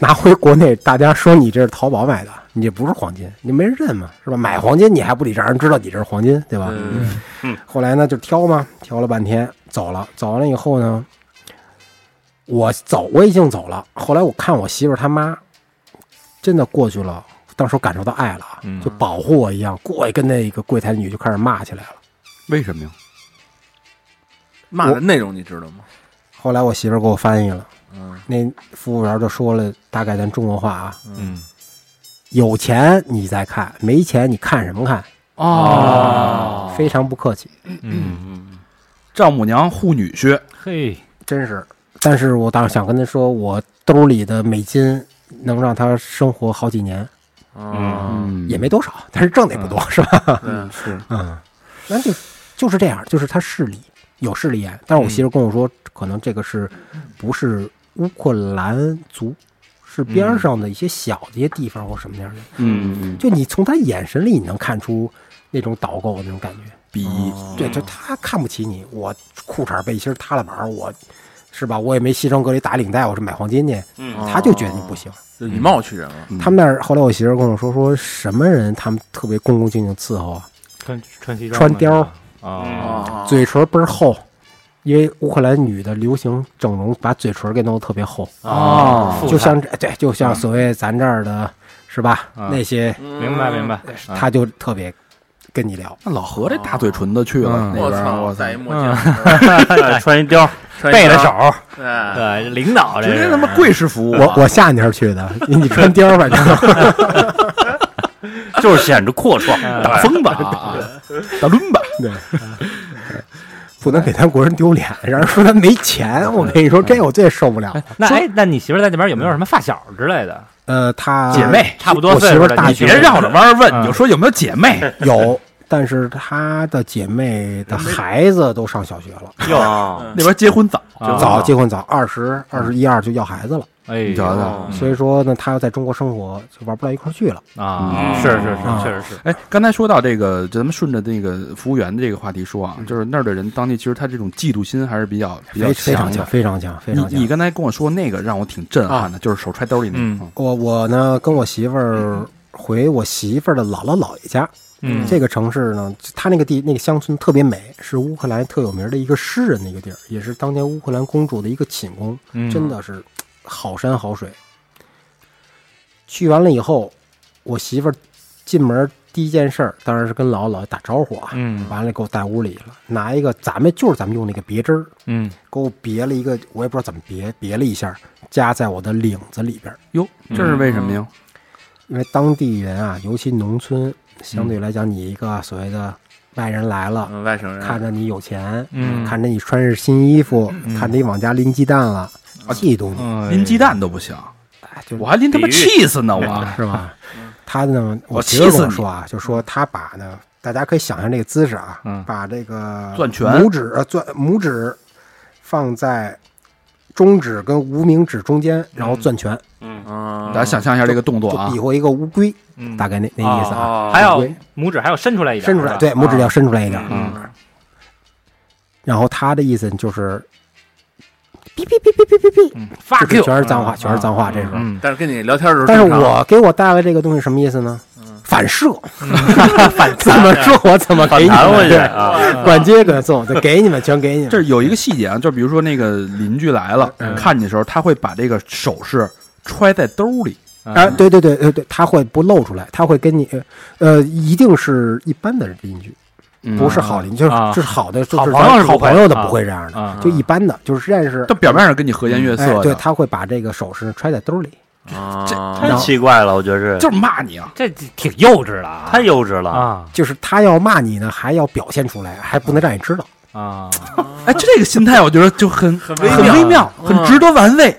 拿回国内，大家说你这是淘宝买的，你这不是黄金，你没人认嘛，是吧？买黄金你还不得让人知道你这是黄金，对吧？
嗯
后来呢，就挑嘛，挑了半天，走了，走完了以后呢，我走，我已经走了。后来我看我媳妇儿她妈，真的过去了，当时我感受到爱了啊，就保护我一样，过去跟那个柜台女就开始骂起来了。
为什么呀？
骂的内容你知道吗？
后来我媳妇儿给我翻译了，
嗯，
那服务员就说了大概咱中国话啊，
嗯，
有钱你再看，没钱你看什么看？
哦
非常不客气，
嗯
丈母娘护女婿，
嘿，
真是。但是我当时想跟他说，我兜里的美金能让他生活好几年，
嗯
嗯
也没多少，但是挣的也不多，是吧？
啊对，
是
嗯，那就就是这样，就是他势利，有势利眼。但是我媳妇跟我说，可能这个是不是乌克兰族，是边儿上的一些小的一些地方或什么样的。
嗯
就你从他眼神里，你能看出那种导购的那种感觉。
鄙夷，
嗯
对，就他看不起你，我裤衩背心塌了板儿，我是吧？我也没西装革履打领带，我是买黄金去，
哦
嗯，
他就觉得你不行。
就啊以貌取人了。
嗯
他们那儿后来我媳妇儿跟我说，说什么人他们特别恭恭敬敬伺候啊，
穿穿西装，
穿貂儿，
啊，
啊，
嘴唇倍儿厚，因为乌克兰女的流行整容，把嘴唇给弄得特别厚，
哦
就像这对，就像所谓咱这儿的是吧？
嗯
那些
明白明白，
他就特别跟你聊，
那老何这大嘴唇子去了
嗯
那
我
边儿，
操，
我操
戴一，墨镜，
嗯穿一貂儿，
背着手，
对，
对，呃领导这
直接
是
他妈贵式服务啊，
我我下你那儿去的，你你穿貂儿反正
就是显着阔绰，
打风吧，啊打抡吧，
对， 不能给咱国人丢脸，让人说咱没钱。我跟你说，这我最受不了了。
那哎，那你媳妇儿在那边有没有什么发小之类的
呃，
啊
他
姐妹？差不多
我
岁
媳妇
数
儿
的，
大
你
学
别
生
绕着弯儿问，
你
你
就
就说
说有没有姐妹？
嗯有，但是她的姐妹的孩子都上小学了，
哟，
那边结婚早，
啊
早结婚早，二十二十一二就要孩子了。
哎呦，
你瞧瞧
嗯
所以说呢，他要在中国生活就玩不到一块儿去了。
啊，
嗯
是是
啊
是，确实是，
哎，刚才说到这个，咱们顺着那个服务员的这个话题说啊，就是那儿的人，当地其实他这种嫉妒心还是比较比较
非非常
的
强，。非常强，非
你
常
你
强。啊
刚才跟我说那个让我挺震撼的，就是手揣兜里那
嗯
个。嗯
我我呢，跟我媳妇儿回我媳妇儿的姥姥姥爷家，
嗯
这个城市呢，它那个地那个乡村特别美，是乌克兰特有名的一个诗人的一个地儿，也是当年乌克兰公主的一个寝宫，
嗯
真的是好山好水。去完了以后，我媳妇儿进门第一件事儿当然是跟姥姥姥爷打招呼啊，
嗯
完了给我带屋里了，拿一个咱们就是咱们用那个别针儿，
嗯
给我别了一个，我也不知道怎么别，别了一下，夹在我的领子里边儿。
哟，这是为什么呀？
因为当地人啊，尤其农村，相对来讲，你
嗯
一个所谓的外人来了，
嗯，外省人
看着你有钱，
嗯
看着你穿着新衣服，
嗯
看着你往家拎鸡蛋了，嫉妒你，
拎鸡蛋都不行，
哎就
啊嗯我还拎他妈
比喻
cheese 呢，我嗯
是吧？他呢，我
我
媳妇儿
气
跟
死
我
你
说啊，就说他把呢，大家可以想象这个姿势啊，
嗯
把这个
攥拳
拇指呃攥拇指放在中指跟无名指中间，然
嗯
后攥拳，
啊，
大家想象一下这个动作
就
啊
比，划一个乌龟，
嗯
大概那那意思啊，
啊，
哎还要
乌龟
拇指还要伸出来一点，
伸出来，
是吧啊
对，拇指要伸出来一点。
嗯
然后他的意思就是
嗯发
这
Q，
全是脏话，全是脏话，这种。
嗯，
但是跟你聊天的时候
但
正
是
常，
我给我带来这个东西什么意思呢？
嗯
反射， 反怎么说我怎么给你
弹回
们，
去
对，
啊，
管接管送，就给你们全给你们。
这有一个细节啊，就比如说那个邻居来了，
嗯
看你的时候，他会把这个首饰揣在兜里。
啊，
嗯
对对对对对，他会不露出来，他会跟你，呃，一定是一般的邻居，不是好邻居，就是
啊
就是好的，就
好
是
朋友
咱
是不
好
会
朋友的
啊
不会这样的，
啊
就一般的，就是认识
他，表面上跟你和颜悦
哎，
色
对，
的，
他会把这个首饰揣在兜里，
啊，
太奇怪了，我觉得
就是骂你啊。
这挺幼稚的啊，
太幼稚了。
啊
就是他要骂你呢，还要表现出来，还不能让你知道。
啊，
哎，这个心态我觉得就很很微妙，嗯很值得玩味。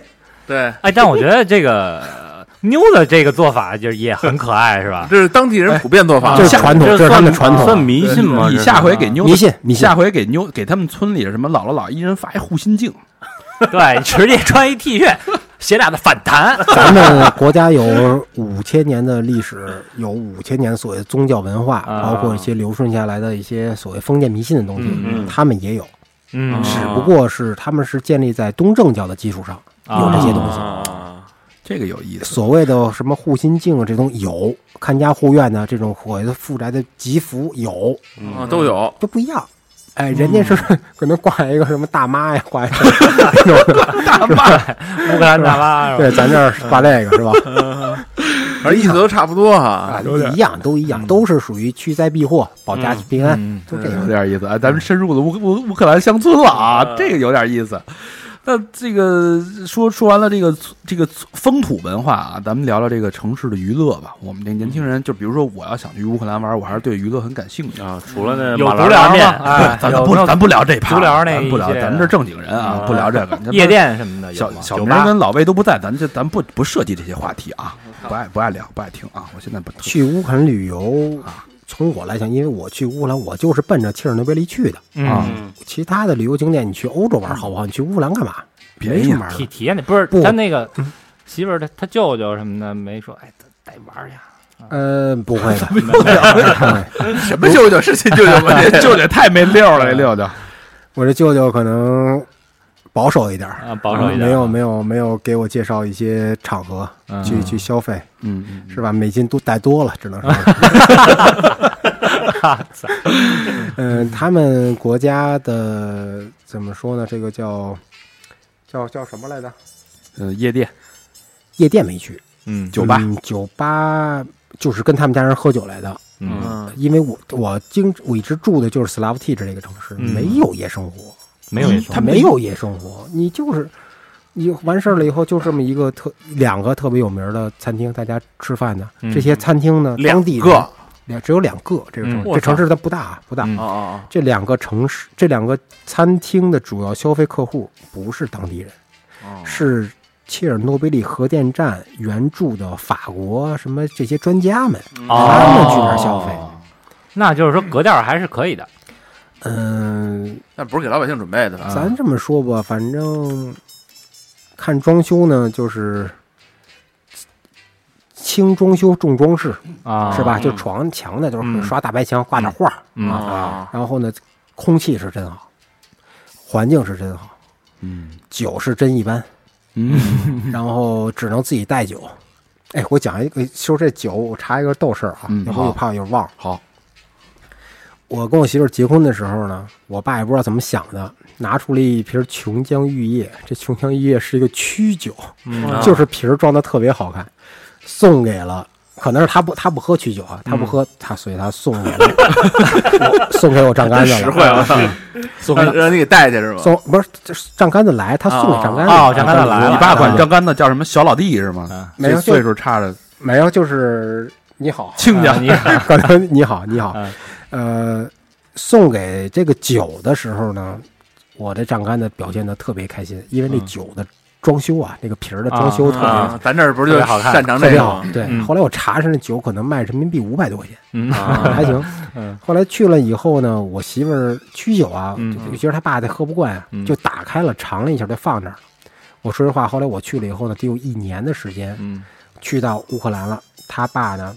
对，
哎，但我觉得这个呃妞的这个做法就是也很可爱，是 吧？
这是当地人普遍做法，
啊这是传统，
这
这是他们的传
算
统。啊
迷信吗？
你
这是
下回给妞
迷信迷信
下回给妞给他们村里什么姥姥姥爷一人发一护心镜，
对，直接穿一 T 恤，写俩的反弹，
咱们国家有五千年的历史，有五千年所谓的宗教文化，包括一些流顺下来的一些所谓封建迷信的东西，他们也有，
嗯
只不过是他们是建立在东正教的基础上，有这些东西。
啊，
这个有意思。
所谓的什么护心镜啊，这种有看家护院呢，这种所谓的富宅的吉福有，
啊都有，
都不一样。哎，人家是可能挂一个什么大妈呀，挂一个这种的，
乌克兰大妈是吧？
对，咱这儿挂这个是吧？
而意思都差不多哈
啊，，一样都一样，都是属于驱灾避祸、保家平安，都这
有
样。
点意思啊！咱们深入了乌乌乌克兰乡村了啊，这个有点意思。那这个说说完了这个这个风土文化啊，咱们聊聊这个城市的娱乐吧。我们这年轻人，就比如说我要想去乌克兰玩，我还是对娱乐很感兴趣。
啊，除了那
有
马
足
兰
疗吗？
拉面，
哎，
咱
有
不
没有
咱不聊这一趴，
足疗那
咱
一
不聊，
系列
咱们
的
这正经人啊，不聊这个。
夜店什么的有
小
吗？
小
酒
明
吧
跟老魏都不在，咱这咱不不涉及这些话题啊，不爱不爱聊，不爱听啊。我现在不
去乌克兰旅游，从我来讲，因为我去乌克兰，我就是奔着切尔诺贝利去的。
啊，
嗯
其他的旅游景点，你去欧洲玩好不好？你去乌克兰干嘛？
便
没
宜
什
啊
么玩
体
的。
体验的，不是
不
他那个媳妇儿，他他舅舅什么的没说，哎，得得玩儿呀。
呃，不会的， 哎
什么舅舅是亲舅舅吗？ 这舅舅太没溜了，这舅舅。
我这舅舅可能保守一点儿，
啊，保守一点，
没有没有没有给我介绍一些场合
嗯
去去消费，
嗯，
是吧？美金都带多了，只能 说。嗯，他们国家的怎么说呢？这个叫叫叫什么来着？
呃，夜店、
夜店没去，
嗯，
酒吧，
嗯酒吧就是跟他们家人喝酒来的。
嗯，
嗯，
因为我我经我一直住的就是 Slavtij 这个城市，
嗯
没有夜生活，
没有也说
他没有夜生活，你就是你完事儿了以后，就这么一个特两个特别有名的餐厅，大家吃饭的。这些餐厅呢，
嗯两
当地人
个，哦
两只有两个，这个城
嗯
市
我
这
操
城市它不大不大。
嗯
哦哦，
这两个城市，这两个餐厅的主要消费客户不是当地人，
哦
是切尔诺贝利核电站援助的法国什么这些专家们，他们去那儿消费。
哦
哦
那就是说格调还是可以的，啊
嗯，
那不是给老百姓准备的吧？
咱这么说吧，反正看装修呢，就是轻装修重装饰，
啊，
是吧？就
嗯
床墙呢，就是
嗯
刷大白墙，挂点画儿，
嗯
啊，
然后呢，空气是真好，环境是真好，
嗯
酒是真一般，
嗯
然后只能自己带酒。哎，我讲一个，说这酒，我查一个逗事儿啊，
嗯
一会儿
好
我怕我又忘了。
好，
我跟我媳妇儿结婚的时候呢，我爸也不知道怎么想的，拿出了一瓶琼浆玉液。这琼浆玉液是一个曲酒，
啊
就是瓶儿装的特别好看，送给了。可能是他不他不喝曲酒啊，他不喝、他，所以他送给了我 送给我丈杆子了，
实惠啊，
送给
让让你给带去是吧？
送不是这是丈杆子来，他送给丈杆子
哦，张开了来
你
了，
爸管张干的叫什么小老弟是
啊
吗？
没有
这
就
岁数差着
没有就是你好，
亲家
啊，你 好
可能你好你好
嗯，
呃，送给这个酒的时候呢，我这丈杆子表现的特别开心，因为那酒的装修啊，那个瓶儿的装修特别、
啊，咱这儿不是就
特别好看
擅长
特
这
别
个
好
吗？。
对，
嗯
后来我查查那酒可能卖人民币五百多块钱。啊
嗯
还行。
嗯
后来去了以后呢，我媳妇儿曲酒啊，
嗯
就觉得她爸这喝不惯啊，就打开了尝了一下，就放那儿了。我说实话，后来我去了以后呢，得有一年的时间，
嗯
去到乌克兰了。他爸呢，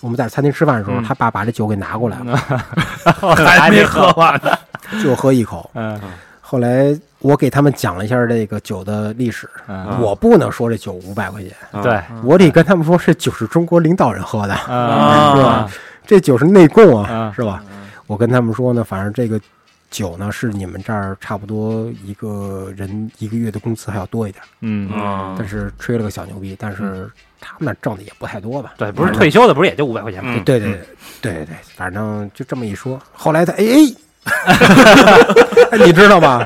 我们在餐厅吃饭的时候，
嗯
他爸把这酒给拿过来了，
哦
还没喝完，
就喝一口。
嗯
后来我给他们讲了一下这个酒的历史，
嗯，
我不能说这酒五百块钱，
对，
我啊得跟他们说这酒是中国领导人喝的，
嗯
是吧？这酒是内供啊，
嗯
是吧？我跟他们说呢，反正这个酒呢是你们这儿差不多一个人一个月的工资还要多一点，
嗯，
啊
但是吹了个小牛逼，但是他们那儿挣的也不太多吧？
对，不是退休的，不是也就五百块钱吗？
嗯
对对对对对，反正就这么一说。后来他哎 哎，你知道吗？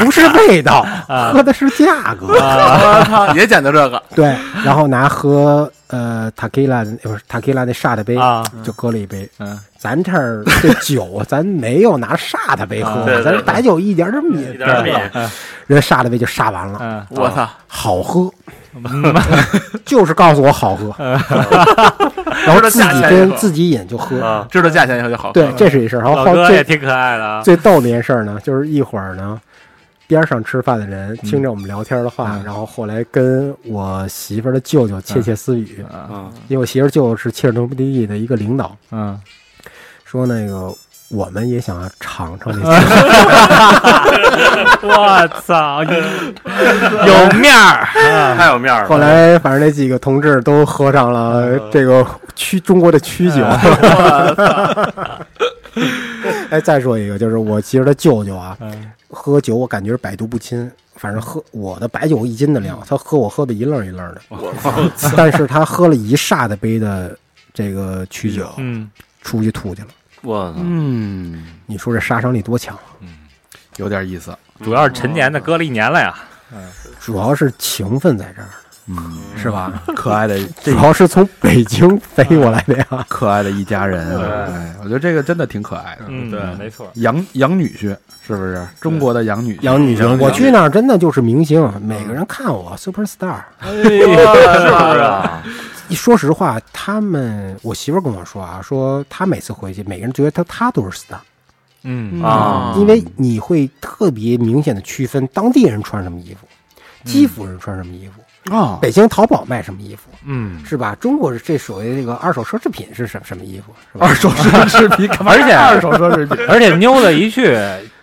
不是味道，喝的是价格。
我啊操，也讲究这个，
对，然后拿喝呃塔 q 拉不是塔 q 拉那沙的杯
啊，
就搁了一杯。
嗯，
咱这儿这酒啊咱没有拿沙的杯喝
啊对，对
咱这
对
白酒一点儿都
一
没，
点儿面，
人沙的杯就沙完了，
嗯
我操，
好喝，就是告诉我好喝，
嗯
然后自
知道价
己
钱以
跟
后
自己饮就喝
啊，
知道价钱以后就好。
对，这是一事儿。然后
老
后
哥也
最
挺可爱的啊，
最逗的一件事儿呢，就是一会儿呢。边上吃饭的
嗯
人听着我们聊天的话，然后后来跟我媳妇儿的舅舅窃窃私语，
嗯
因为我媳妇儿舅舅是切尔诺贝利的一个领导，
嗯，
说那个我们也想尝 尝这酒，
我操，
有面儿， 太有面儿了。
后来反正那几个同志都喝上了这个曲中国的曲酒。 哎，再说一个，就是我媳妇儿的舅舅啊，
嗯
喝酒我感觉是百毒不侵，反正喝我的白酒一斤的量，他喝我喝的一愣一愣的，
我
但是他喝了一煞的杯的这个曲酒，
嗯，
出去吐去了。
我操，
嗯，
你说这杀伤力多强啊？
有点意思。
主要是陈年
哦
的搁了一年了呀，
主要是情分在这儿，
嗯，
是吧？
可爱的
主要是从北京飞过来的呀。
可爱的一家人，哎，我觉得这个真的挺可爱的。
嗯，没错，
养养女婿是不是中国的养女嗯婿？
杨女
杨
生，
女
我去那儿真的就是明星，每个人看我 super star。
是不是啊？
说实话，他们我媳妇儿跟我说啊，说她每次回去，每个人觉得她她都是 star，
嗯
啊
因为你会特别明显的区分当地人穿什么衣服，
嗯
基辅人穿什么衣服，
啊，
北京淘宝卖什么衣服，
嗯，
是吧？中国这所谓这个二手奢侈品是什什么衣服，是 吧？
二手奢侈 品，干嘛
而且
二手奢侈品，
而且妞子一去，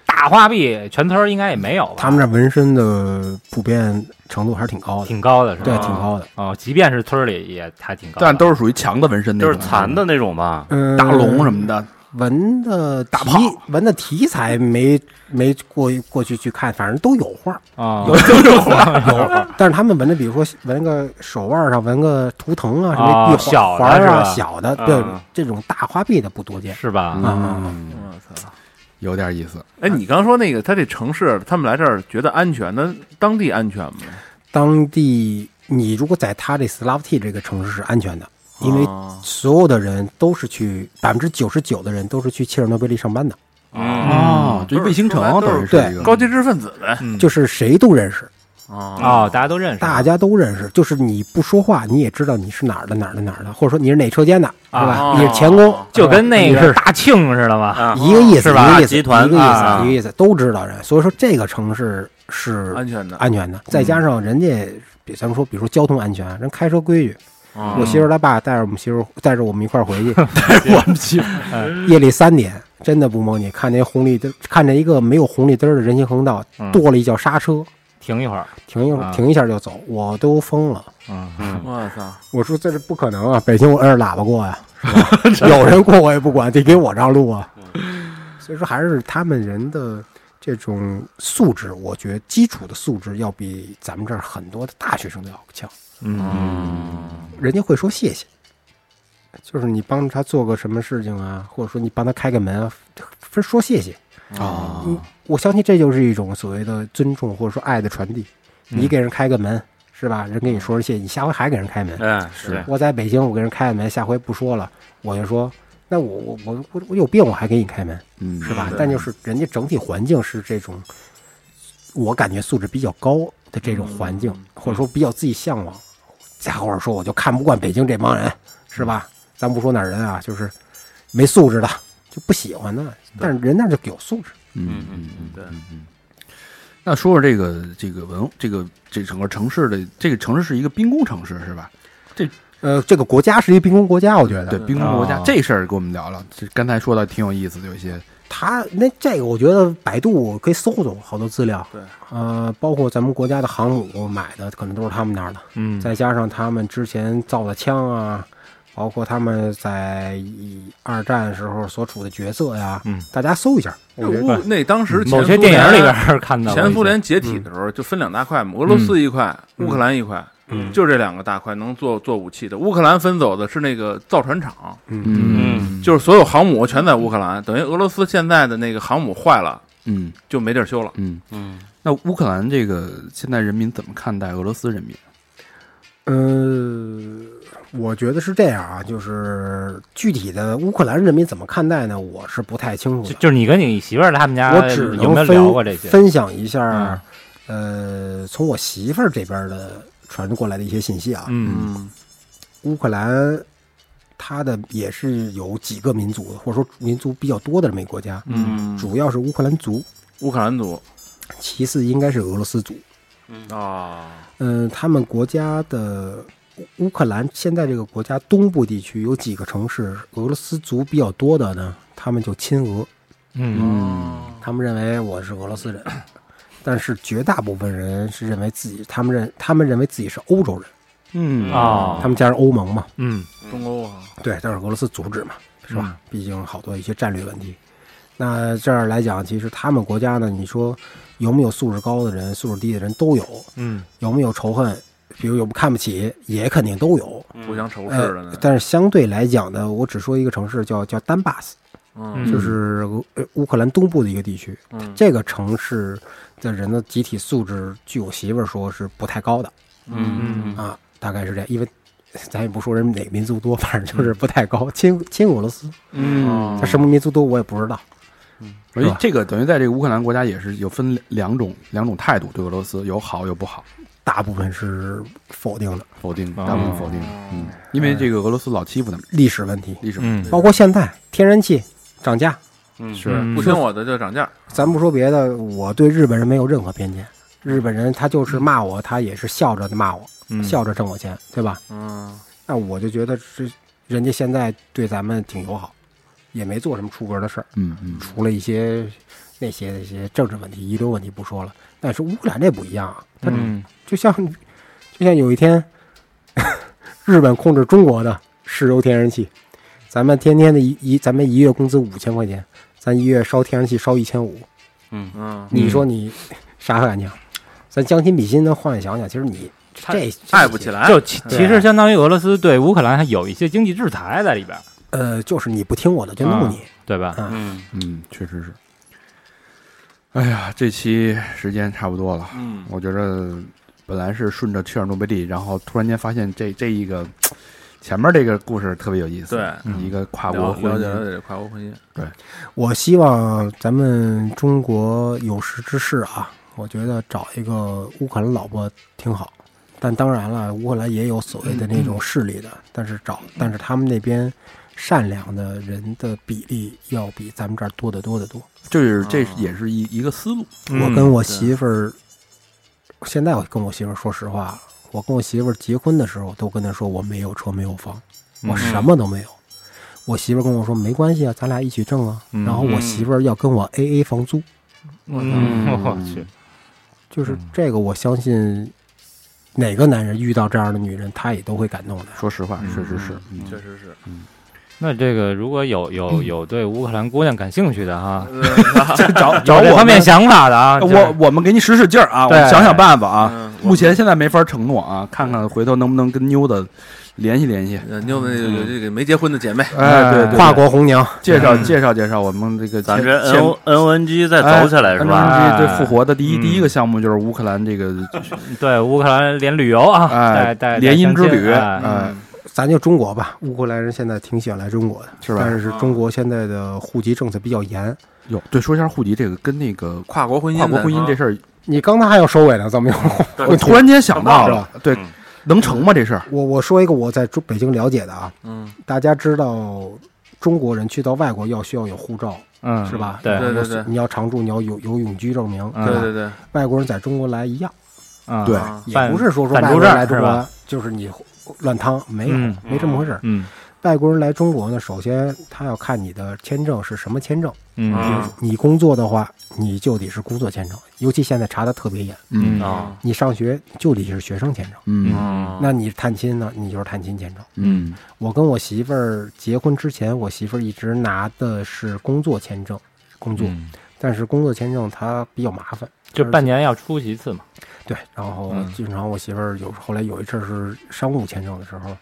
大花臂全村儿应该也没有吧，
他们这纹身的普遍程度还是挺高的，
挺高的是吧？
对，挺高的。
哦，即便是村儿里也还挺高 的，
但都是属于强的纹身那
就
种，
是残的那种吧，
嗯，
大龙什么的，
文的
大
题
炮
文的题材没没过过去去看，反正都有画儿，
啊，
有，但是他们纹的，比如说纹个手腕上纹个图腾啊，什
啊
么玉
小的
环环儿啊，
是吧嗯
小的，
啊
对，这种大花臂的不多见
是吧？
啊。
我嗯操！
有点意思。
哎，你刚说那个，他这城市，他们来这儿觉得安全，那当地安全吗？
当地你如果在他这斯拉夫蒂这个城市是安全的，因为
啊
所有的人都是去百分之九十九的人都是去切尔诺贝利上班的，
嗯，
哦，这卫星城等于是一个
高级知识分子呗。
嗯
就是谁都认识，
啊
哦，大家都认识，
大家都认识，就是你不说话你也知道你是哪儿的哪儿的哪儿的，或者说你是哪车间的，是
啊
吧？你是钳工，
就跟那
是
个大庆似的嘛，
啊
一个意思，
是吧
一个意思，
集团
一个意思，
啊
一个意思，都知道人。所以说这个城市是
安全的。
安全的，再加上人家，比咱们说，比如说交通安全，人开车规矩。
啊
嗯
我媳妇儿她爸带着我们媳妇儿，带着我们一 块儿回去，
我们 去，
夜里三点，真的不蒙你，看见红绿灯，看见一个没有红绿灯的人行横道，
嗯
跺了一脚刹车，
停一会儿，
停一会
啊
儿，停一下就走，我都疯了。
嗯
我操！
我说这是不可能啊！北京我摁着喇叭过呀、是吧有人过我也不管，得给我让路啊。 所以说，还是他们人的这种素质，我觉得基础的素质要比咱们这儿很多的大学生都要强。嗯，人家会说谢谢，就是你帮他做个什么事情啊，或者说你帮他开个门啊，分说谢谢。
啊，
我相信这就是一种所谓的尊重或者说爱的传递。你给人开个门是吧？人给你说声谢谢，你下回还给人开门。
嗯，是
我在北京，我给人开门，下回不说了，我就说，那我我我我我有病，我还给你开门，
嗯，
是吧？但就是人家整体环境是这种，我感觉素质比较高的这种环境，或者说比较自己向往，再或者说我就看不惯北京这帮人，是吧？咱不说哪儿人啊，就是没素质的就不喜欢的，但是人那就有素质，
嗯
嗯嗯对
嗯。那说说这个这个文这个这整个城市的这个城市是一个兵工城市是吧？
呃，这个国家是一兵工国家，我觉得
对，兵工国家
啊
这事儿跟我们聊聊，这刚才说的挺有意思的，有一些
他那这个，我觉得百度可以搜搜好多资料。
对，
呃，包括咱们国家的航母买的，可能都是他们那儿的。
嗯
再加上他们之前造的枪啊，包括他们在一二战时候所处的角色呀，
嗯，
大家搜一下。我觉得
乌那当时前
某些
苏
电影
联
里边儿看到过
前
一
苏
些
联解体的时候就分两大块嘛，俄罗斯一块，乌克兰一块，
嗯
就这两个大块能做做武器的。乌克兰分走的是那个造船厂，
嗯
就是所有航母全在乌克兰，等于俄罗斯现在的那个航母坏了
嗯
就没地儿修了。
嗯。
嗯
那乌克兰这个现在人民怎么看待俄罗斯人民？
呃，我觉得是这样啊，就是具体的乌克兰人民怎么看待呢？我是不太清楚
就
的。
就是你跟你媳妇儿他们家
我只
有
能
没有
分
聊过这些？嗯
分享一下，呃，从我媳妇儿这边的传过来的一些信息啊。
嗯
嗯
乌克兰它的也是有几个民族，或者说民族比较多的这么一个国家，
嗯，
主要是乌克兰族，
乌克兰族
其次应该是俄罗斯族。
哦
啊，
嗯，他们国家的乌乌克兰现在这个国家东部地区有几个城市俄罗斯族比较多的呢？他们就亲俄，
嗯
他们认为我是俄罗斯人，但是绝大部分人是认为自己，他们认他们认为自己是欧洲人，
嗯
啊
他们加入欧盟嘛，
嗯
东欧啊，
对，但是俄罗斯阻止嘛，是吧？
嗯
毕竟好多一些战略问题。那这儿来讲，其实他们国家呢，你说有没有素质高的人、素质低的人都有，
嗯
有没有仇恨，比如有看不起，也肯定都有。
互相仇视
呃
的呢。
但是相对来讲呢，我只说一个城市叫叫丹巴斯，
嗯
就是俄呃乌克兰东部的一个地区。
嗯
这个城市的人的集体素质，据我媳妇儿说是不太高的
嗯
嗯
啊，大概是这样。因为咱也不说人哪个民族多，反正就是不太高。亲亲俄罗斯，
嗯
他什么民族多我也不知道。
所以
是吧
这个等于在这个乌克兰国家也是有分两种两种态度对俄罗斯，有好有不好，
大部分是否定的
否定
哦
大部分否定，嗯，因为这个俄罗斯老欺负他们，
历史问题，
历史
嗯
包括现在天然气涨价，
是
嗯
不听我的就涨价。
咱不说别的，我对日本人没有任何偏见。日本人他就是骂我，他也是笑着骂我，笑着挣我钱，对吧？
嗯
那我就觉得这人家现在对咱们挺友好，也没做什么出格的事儿，
嗯嗯
除了一些那些那些政治问题、遗留问题不说了。但是乌克兰这不一样啊，他
嗯
就像就像有一天， 日本控制中国的石油天然气，咱们天天的一一咱们一月工资五千块钱，咱一月烧天然气烧一千五，
嗯，
你说你 啥感情？咱将心比心的换位想想，其实你这
爱不起。
嗯
来。
就其其实相当于俄罗斯对乌克兰还有一些经济制裁在里边儿，
呃，就是你不听我的就
啊
弄你。
对吧？
嗯
嗯，确实是。哎呀，这期时间差不多了，
嗯
我觉着本来是顺着切尔诺贝利，然后突然间发现这这一个前面这个故事特别有意思，
对，嗯
一个跨
了
国
解
婚
了解
姻，
了解跨国婚姻。
我希望咱们中国有识之士啊，我觉得找一个乌克兰老婆挺好。但当然了，乌克兰也有所谓的那种势力的，但是找，但是他们那边善良的人的比例要比咱们这儿多得多得多。
就是这
啊
嗯
嗯
也是一一个思路，
我跟我媳妇儿现在我跟我媳妇儿说实话，我跟我媳妇儿结婚的时候都跟她说我没有车，没有房，
嗯
我什么都没有。我媳妇儿跟我说没关系啊，咱俩一起挣啊。然后我媳妇儿要跟我 A A 房租，
嗯，我去，
就是
嗯
这个，我相信哪个男人遇到这样的女人，他也都会感动的。
说实话，确实是，嗯
确实是。
那这个如果有有有对乌克兰姑娘感兴趣的 哈，
呃
找
有
找
这
我
方面
们
想法的啊，就是
呃我我们给你使使劲儿啊，我们
对
想想办法啊。
嗯，
目前现在没法承诺啊，看看回头能不能跟妞的联系联系。
呃妞子有有这个没结婚的姐妹，
哎，对对对，
跨国红娘，
介绍介绍介绍我们这个
咱
前
这
前
N O N O N G 再走起来是吧？
NNG
哎
对复活的第一
嗯
第一个项目就是乌克兰这个
对乌克兰连旅游啊，带带
联姻之
带相
旅，
亲哎
哎，
嗯
咱就中国吧。乌克兰人现在挺喜欢来中国的，
是吧
但
啊
是中国现在的户籍政策比较严。
哟，对，说一下户籍这个跟那个
跨国婚姻，
跨国婚姻这事儿，
你刚才还要收尾呢，怎么又？
嗯
我突然间想到了，对
嗯，
能成吗这事儿？
我我说一个我在中北京了解的啊，
嗯，
大家知道中国人去到外国要需要有护照，
嗯，
是吧？
对
对
然后
对对
你要常住，你要有有永居证明。
嗯
对对对，
外国人在中国来一样，
嗯
对
啊
也
办
不是说说
办住
外国
证儿
人来中
是吧
国就是你乱趟，没有
嗯
没这么回事儿。
嗯
外国人来中国呢，首先他要看你的签证是什么签证。
嗯
嗯
你工作的话，你就得是工作签证，尤其现在查的特别严。
嗯
啊，
你上学就得是学生签证，
嗯
嗯
那你探亲呢，你就是探亲签证。
嗯
我跟我媳妇儿结婚之前，我媳妇儿一直拿的是工作签证，工作，
嗯
但是工作签证它比较麻烦，
就半年要出席一次嘛，
对。然后
嗯
经常我媳妇儿有后来有一阵儿是商务签证的时候，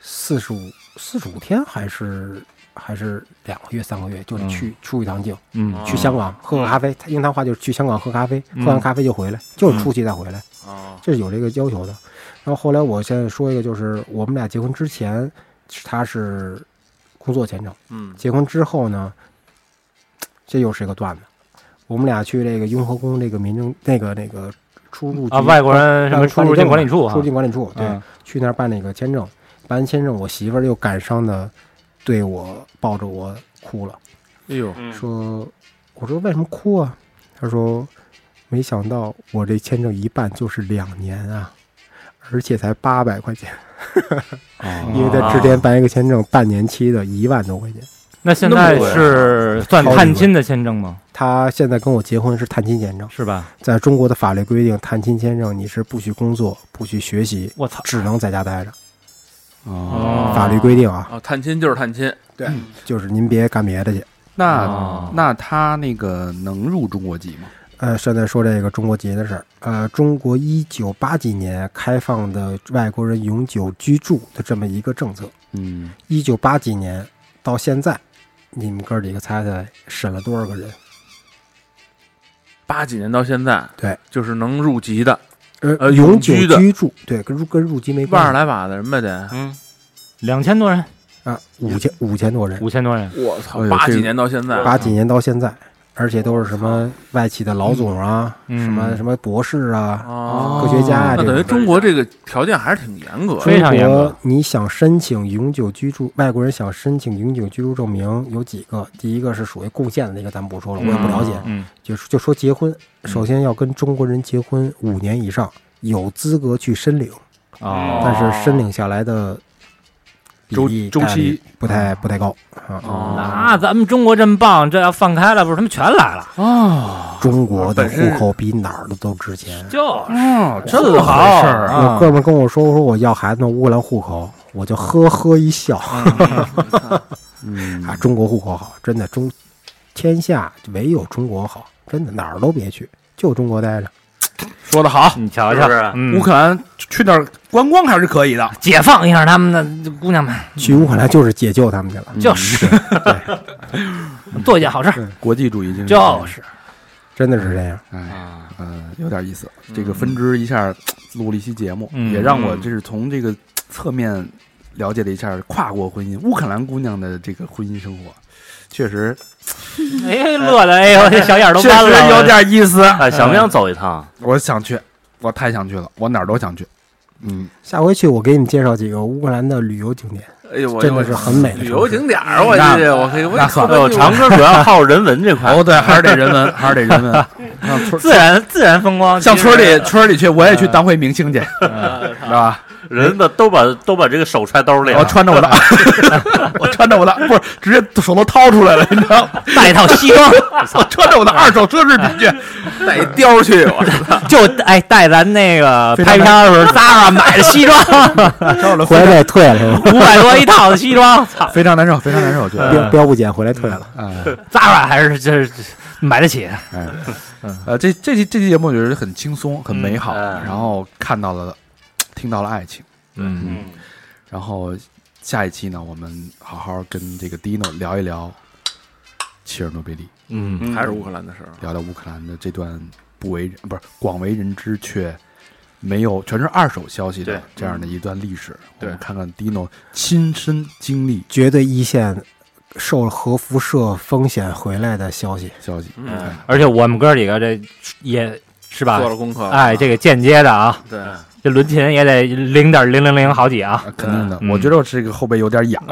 四十五四十五天还是还是两个月三个月就得去、出一趟境，
嗯嗯
哦
去香港喝个咖啡。她用她话就是去香港喝咖啡，喝完咖啡就回来，就是出去再回来。
哦
啊，
这是有这个要求的。然后后来我现在说一个，就是我们俩结婚之前，他是工作签证，
嗯
结婚之后呢，这又是一个段子。我们俩去这个雍和宫这个民政那个那个出入局
啊，外国人什么出入境管理处哈啊
出入，境管理处对，
嗯
去那儿办那个签证，办完签证，我媳妇儿又感伤的对我抱着我哭了。
哎呦，
说，我说为什么哭啊？他说，没想到我这签证一办就是两年啊，而且才八百块钱，因为在之前办一个签证，半年期的一万多块钱。
那现在是算探亲的签证吗？
他现在跟我结婚是探亲签证，
是吧？
在中国的法律规定，探亲签证你是不许工作、不许学习，
我操，
只能在家待着。
哦，
法律规定啊，
啊，探亲就是探亲，
就是您别干别的去。
那
哦
那他那个能入中国籍吗？
呃，现在说这个中国籍的事儿。呃，中国一九八几年开放的外国人永久居住的这么一个政策，
嗯，
一九八几年到现在，你们哥几个猜猜审了多少个人？
八几年到现在，
对，
就是能入籍的，
呃，
永
永久
居的
居住，对，跟入跟入籍没
万十
关系
来把的人吧
哎
得，
嗯，
两千多人，
啊，五千五千多人，
五千多人，
我操
哎，呦
八
这
几
个
年到现在，
八几年到现在，而且都是什么外企的老总啊，
嗯
什么什么博士啊，
哦
科学家啊，
那
这
等于
种。
中国这个条件还是挺严格的
非常严
中
格
国你想申请永久居住，外国人想申请永久居住证明有几个？第一个是属于贡献的那个，咱不说了，我也不了解。
嗯
就就说结婚，
嗯
首先要跟中国人结婚五年以上，有资格去申领，
哦，
但是申领下来的比例
周周
概率
期嗯
不太不太高啊。
那咱们中国这么棒，这要放开了，不是他们全来了？
哦
中国的户口比哪儿的都值钱。
就是
哦，这
这么
好
回事
儿
儿
啊！
我哥们跟我说，我说我要孩子弄乌克兰户口，我就呵呵一笑
嗯
啊，中国户口好，真的中天下唯有中国好，真的哪儿都别去，就中国待着。
说的好，
你瞧
是
瞧
不是，
嗯
乌克兰去那儿观光还是可以的。
解放一下他们的姑娘们，
去乌克兰就是解救他们去了。
嗯
就是 做一件好事儿，
国际主义精神
就是
真的是这样。
哎，
嗯
呃，有点意思。这个分支一下录了一期节目，
嗯
也让我这是从这个侧面了解了一下跨国婚姻，乌克兰姑娘的这个婚姻生活，确实
哎，乐的，哎呦，这小眼儿都
确
弯
实
了，
有点意思。
哎，想不想走一趟？
我想去，我太想去了，我哪儿都想去。嗯，
下回去我给你们介绍几个乌克兰的旅游景点，
哎呦，我
真的是很美的
旅
城
游
市。
景点儿，我
那
这我可以，我
那算
哎呦，长哥主要好人文这块，
哦 哦，对，还是得人文，还是得人文。 让村
自然自然风光，
向
其实
村里村里去，嗯我也去当回明星去，知道吧？
人的都把都把这个手揣兜里
我
了，
哦穿着 我的，我穿着我的，不是直接手都掏出来了，你知道吗？
带一套 西装，
我穿着我的二手奢侈品去，
带一 貂去，我
就哎带咱那个
非常
拍片儿的时候 Zara 买的西装，
找了
回来再退了是吧？
五百多一套的西装，操
非常难受，非常难受，我觉得。
标标不减，回来退了。
哎，
嗯
，Zara 还是这买得起，
嗯呃，这这期这期节目我觉得很轻松，很美好，
嗯哎
然后看到了，听到了爱情，
嗯，
嗯，
然后下一期呢，我们好好跟这个 Dino 聊一聊切尔诺贝利，
嗯，
还是乌克兰的时候，
聊聊乌克兰的这段不为人不是广为人知却没有全是二手消息的
对
这样
嗯
的一段历史，我
对
们看看 Dino 亲身经历
绝对一线受核辐射风险回来的消息，
消息。
嗯
而且我们哥几个这也是吧
做，了功课了，
哎，这个间接的啊，
对，
这轮琴也得零点零零零好几啊，
啊肯定的，
嗯
我觉得我这个后背有点痒，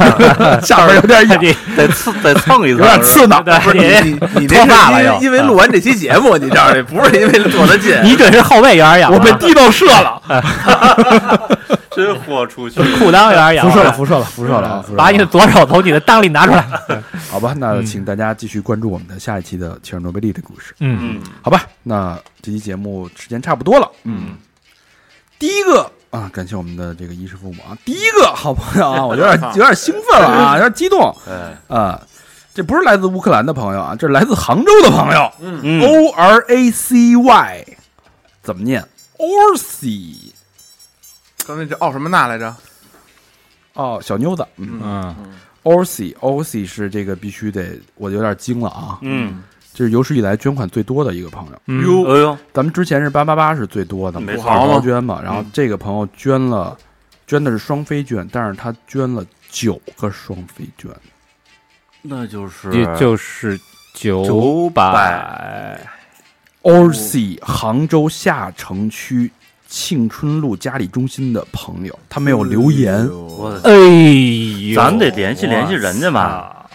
下边有点 痒，
你
得蹭得蹭一
有
蹭，
点刺挠。
不是
对，
你你你这
脱发
是
哎了
因
又
为因为录完这期节目，你知道这不是因为坐得近，
你你准是后背有点痒，啊嗯
我被地道射了，
真豁出去，
裤裆有点痒，啊哎
辐射了，辐射了，辐射了啊！辐射了
把你的左手从你的裆里拿出来，
好吧，那
嗯
请大家继续关注我们的下一期的切尔诺贝利的故事，
嗯，
嗯
好吧？那这期节目时间差不多了，
嗯，
第一个啊，感谢我们的这个衣食父母啊，第一个好朋友啊，我有 点有点兴奋了啊，有点激动
哎，
啊，这不是来自乌克兰的朋友啊，这是来自杭州的朋友，
嗯，
O R A C Y，怎么念？Orcy
刚才这奥什么纳来着？
哦，小妞子，嗯
嗯，
，Orcy Orcy 是这个必须得，我有点惊了啊，
嗯，
这是有史以来捐款最多的一个朋友。
哟，哎呦，
咱们之前是八八八是最多的嘛，
没
土
错
豪捐嘛，然后
嗯
这个朋友捐了，捐的是双飞券，但是他捐了九个双飞券，
那就是
嗯就就是九
九
百
Orcy 杭州下城区庆春路嘉里中心的朋友，他没有留言，
我的
哎呦，
咱得联系联系人家吧，
啊，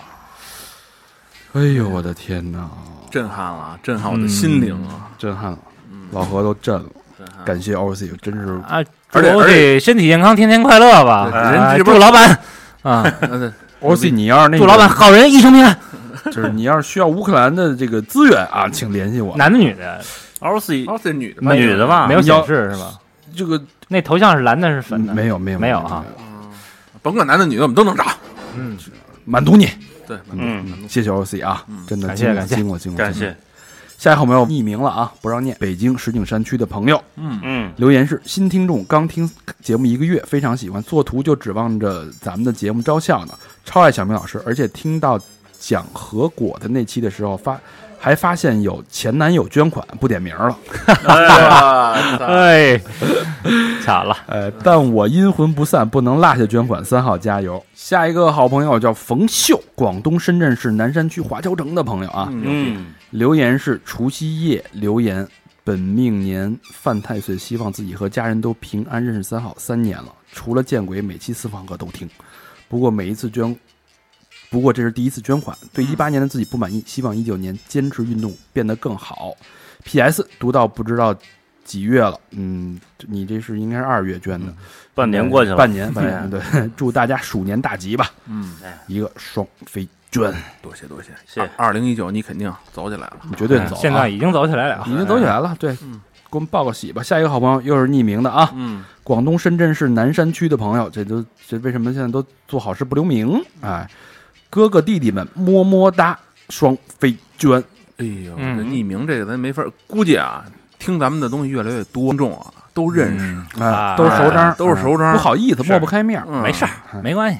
哎呦我的天哪，
震撼了啊，震撼我的心灵啊！
震撼了，老何都震了，
震撼
感谢 Orcy，真是
啊，
而且
祝我
而且
给身体健康，天天快乐吧，
对
啊
人这不
祝老板 啊，
嗯对
Orcy，你要是那
祝老板
个，
好人一生平安，
就是你要是需要乌克兰的这个资源 啊，请联系我。
男的女的，
，L C
哦，这女的吧
没有
女的吧
没有
要
显示是吧？
这个嗯
那头像是蓝的，是粉的，
没有没有
没有啊，
甭管男的女的，我们都能找。
嗯，
满足你，
对，
嗯，
谢谢 Orcy 啊，真的
感谢
惊了
感谢
惊了惊了，
感
惊了。
谢，
下一个朋友匿名了啊，不让念。北京石景山区的朋友，
嗯，
留言是新听众，刚听节目一个月，非常喜欢，做图就指望着咱们的节目招笑呢，超爱小明老师，而且听到讲核果的那期的时候发，还发现有前男友捐款， 不点名了，
哎，巧 了，
呃，但我阴魂不散，不能落下捐款，三号加油！下一个好朋友叫冯秀，广东深圳市南山区华侨城的朋友啊，
嗯，
留言是除夕夜留言，本命年犯太岁，希望自己和家人都平安。认识三好三年了，除了见鬼，每期私房课都听。不过每一次捐，不过这是第一次捐款，对
嗯
一八年的自己不满意，希望一九年坚持运动变得更好。P.S. 读到不知道几月了，嗯，你这是应该是二月捐的，
嗯半年过去了，
半年，半 年，对，祝大家鼠年大吉吧，
嗯，
一个双飞捐，
哎
多谢多谢。啊
谢谢
二零一九你肯定走起来了。
你绝对走、啊。
现在已经走起来了啊，
已经走起来了，对，给我们报个喜吧。下一个好朋友又是匿名的啊，
嗯，
广东深圳市南山区的朋友，这都这为什么现在都做好事不留名？哎，哥哥弟弟们么么哒，双飞娟，
哎呦，这
嗯
匿名这个咱没法估计啊，听咱们的东西越来越多，听众啊都认识，
哎
啊，
都是熟章，
都是熟章
不好意思，
是
抹不开面儿。
嗯
没事儿，没关系，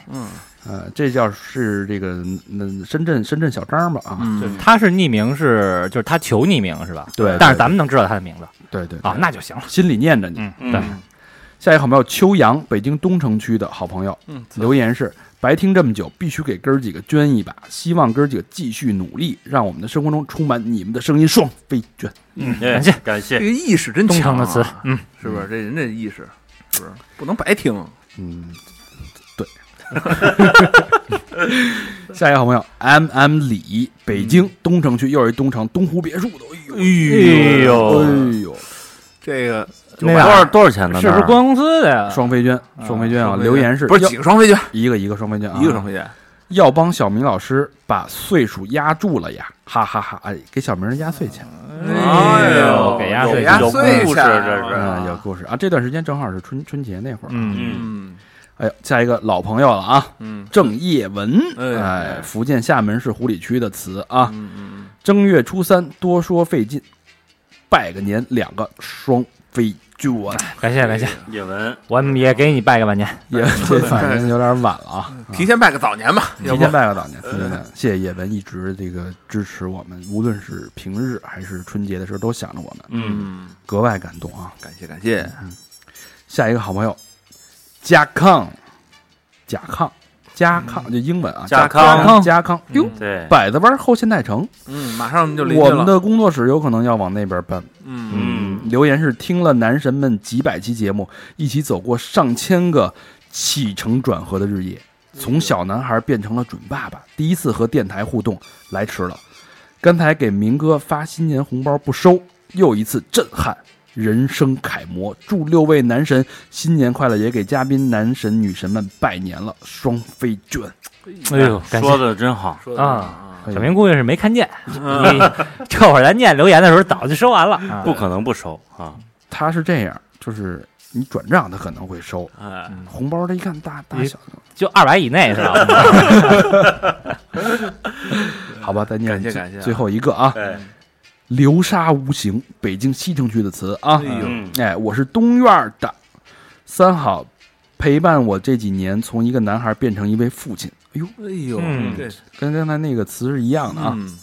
呃，这叫是这个嗯深圳深圳小张吧啊，
嗯，
他是匿名是就是他求匿名是吧？
对
但是
对
咱们能知道他的名字
对对
啊，那就行了，
心里念着你。
嗯，
嗯
对。
下一个好朋友秋阳，北京东城区的好朋友，
嗯
留言是：白听这么久，必须给哥儿几个捐一把，希望哥儿几个继续努力，让我们的生活中充满你们的声音，双飞捐。
嗯，
哎
感谢
感
这
谢，
个意识真
东城
强
的词
啊，
嗯，
是不是？这人这意识，是不是不能白听？
嗯，对， 下一个好朋友 M M 李，北京东城区又是一东城东湖别墅的，哎呦，
哎呦，
哎呦，
这个
那
多
俩
少多少钱呢？
是不是
那儿
公关公司的
哎
呀？
双飞娟，双飞娟啊，留言是
不是
要
几个双飞娟？
一个一个双飞娟啊，
一个双飞娟，
要帮小明老师把岁数压住了呀，哈哈哈！哎，给小明压岁钱
哎呦，
给压岁
有
钱
压
有
岁
故事
钱
这是
啊，有
啊
故事啊。这段时间正好是春春节那会儿，啊
嗯，
嗯，
嗯
哎呦，下一个老朋友了啊，
嗯
郑业文，
哎
哎，福建厦门市湖里区的词啊，
嗯嗯，
正月初三多说费劲，拜个年两个双飞啊娟，
哎
感谢感谢，
叶文，
我们也给你拜个晚年。
也这反正有点晚了啊，
嗯提前拜个早年吧，
提
要不呃
前拜个早年，提前拜个谢谢叶文一直这个支持我们，无论是平日还是春节的时候都想着我们，
嗯，
嗯，
格外感动啊。
感谢感谢，
下一个好朋友，加康，贾康，加康，
嗯
就英文啊，
加
康，
康
加康，哟，
对，
百子湾后现代城，
嗯，马上就临
我
近
们
了，
的工作室有可能要往那边搬。
嗯
嗯，
留言是听了男神们几百期节目，一起走过上千个起承转合的日夜，从小男孩变成了准爸爸，第一次和电台互动，来迟了。刚才给明哥发新年红包不收，又一次震撼，人生楷模。祝六位男神新年快乐，也给嘉宾男神女神们拜年了，双飞卷。
哎呦，感谢。
说的真好，
说
啊
啊，
哎呦
小明估计是没看见，你这会儿咱念留言的时候早就收完了。啊
不可能不收啊，
他是这样，就是你转账他可能会收
哎，
红包，他一看大大
你
小，
就二百以内是吧？嗯
好吧，再念
感谢
最
感谢啊
最后一个啊。
对，
流沙无形，北京西城区的词啊。
哎呦，
嗯，
哎，我是东院的三好，陪伴我这几年，从一个男孩变成一位父亲，哎呦，
哎呦，
嗯
这
跟刚才那个词是一样的啊。
嗯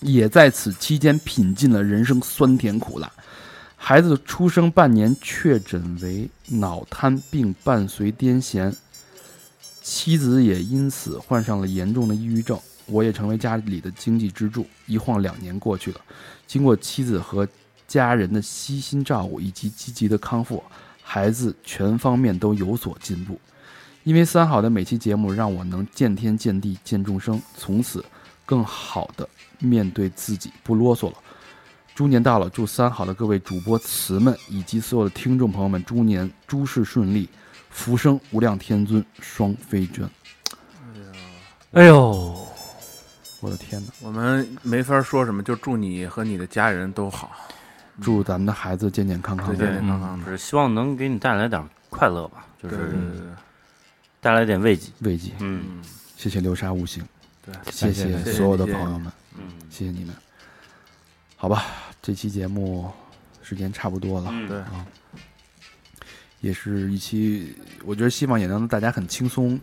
也在此期间品尽了人生酸甜苦辣。孩子出生半年确诊为脑瘫并伴随癫痫，妻子也因此患上了严重的抑郁症。我也成为家里的经济支柱。一晃两年过去了，经过妻子和家人的悉心照顾以及积极的康复，孩子全方面都有所进步。因为三好的每期节目让我能见天见地见众生，从此更好的面对自己，不啰嗦了。猪年到了，祝三好的各位主播词们以及所有的听众朋友们，猪年诸事顺利，福生无量天尊，双飞娟。
哎呦，
我的天哪！
我们没法说什么，就祝你和你的家人都
啊
好，
祝咱们的孩子健健康康
对，健
的。
健康康的，
只是希望能给你带来点快乐吧，就
对
是
对对对，
带来点慰藉，
慰藉，
嗯
嗯，
谢谢流沙无形，
对，
谢谢
感谢
所有的
谢谢
朋友们，
嗯，
谢谢你们。好吧，这期节目时间差不多了，
嗯
对
也是一期我觉得希望也能让大家很轻松、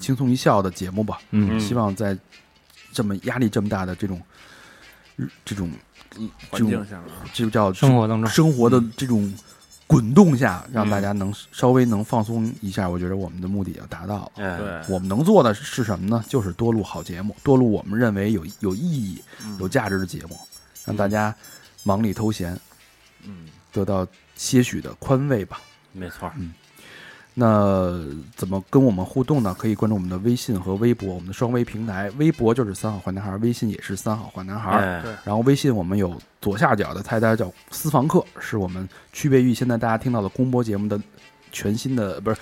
轻松一笑的节目吧。
嗯
希望在这么压力这么大的这种日这种嗯这
环境
种
下面，
就叫
生活当中，
生活的这种滚动下，让大家能稍微能放松一下。我觉得我们的目的也达到了。
哎，
对，
我们能做的是什么呢？就是多录好节目，多录我们认为有有意义、有价值的节目，让大家忙里偷闲，
嗯，
得到些许的宽慰吧。
没错，
那怎么跟我们互动呢？可以关注我们的微信和微博，我们的双微平台，微博就是三好坏男孩，微信也是三好坏男孩。
哎，
然后微信我们有左下角的菜单叫私房课，是我们区别于现在大家听到的公播节目的全新的，不是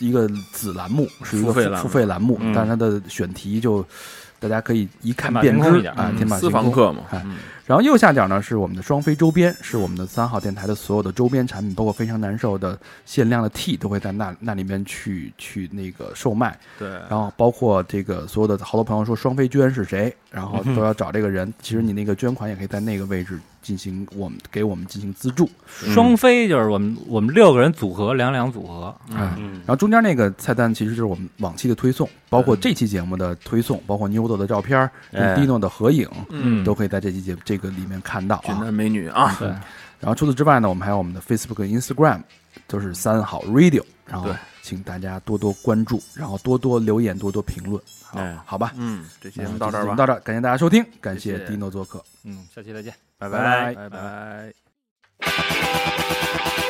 一个子栏目，是一个
付费栏目
付费栏目，
嗯
但是它的选题就大家可以一看
天
便
马行空
知
一点
啊，天马
嗯私
行空
房。课嘛，
哎
嗯
然后右下角呢是我们的双飞周边，是我们的三号电台的所有的周边产品，包括非常难受的限量的 T 都会在那那里面去去那个售卖。
对，
嗯
然后包括这个所有的好多朋友说双飞捐是谁，然后都要找这个人。其实你那个捐款也可以在那个位置进行我们给我们进行资助。
双飞就是我们我们六个人组合，两两组合，
哎
嗯
然，后中间那个菜单其实就是我们往期的推送，包括这期节目的推送，包括妞豆的照片儿、跟
嗯哎
Dino 的合影，
嗯
都可以在这期节这个里面看到
俊
啊。
男美女啊，
对，
然后除此之外呢，我们还有我们的 Facebook 跟 Instagram，都是三好 Radio，然后
对
请大家多多关注，然后多多留言，多多评论，好
哎
好吧？
嗯，这期节目
那
到
这
这
期
儿
节目到
吧，
这儿，感谢大家收听，感谢
谢谢
嗯
Dino 做客。
嗯，下期再见。
拜
拜
拜拜。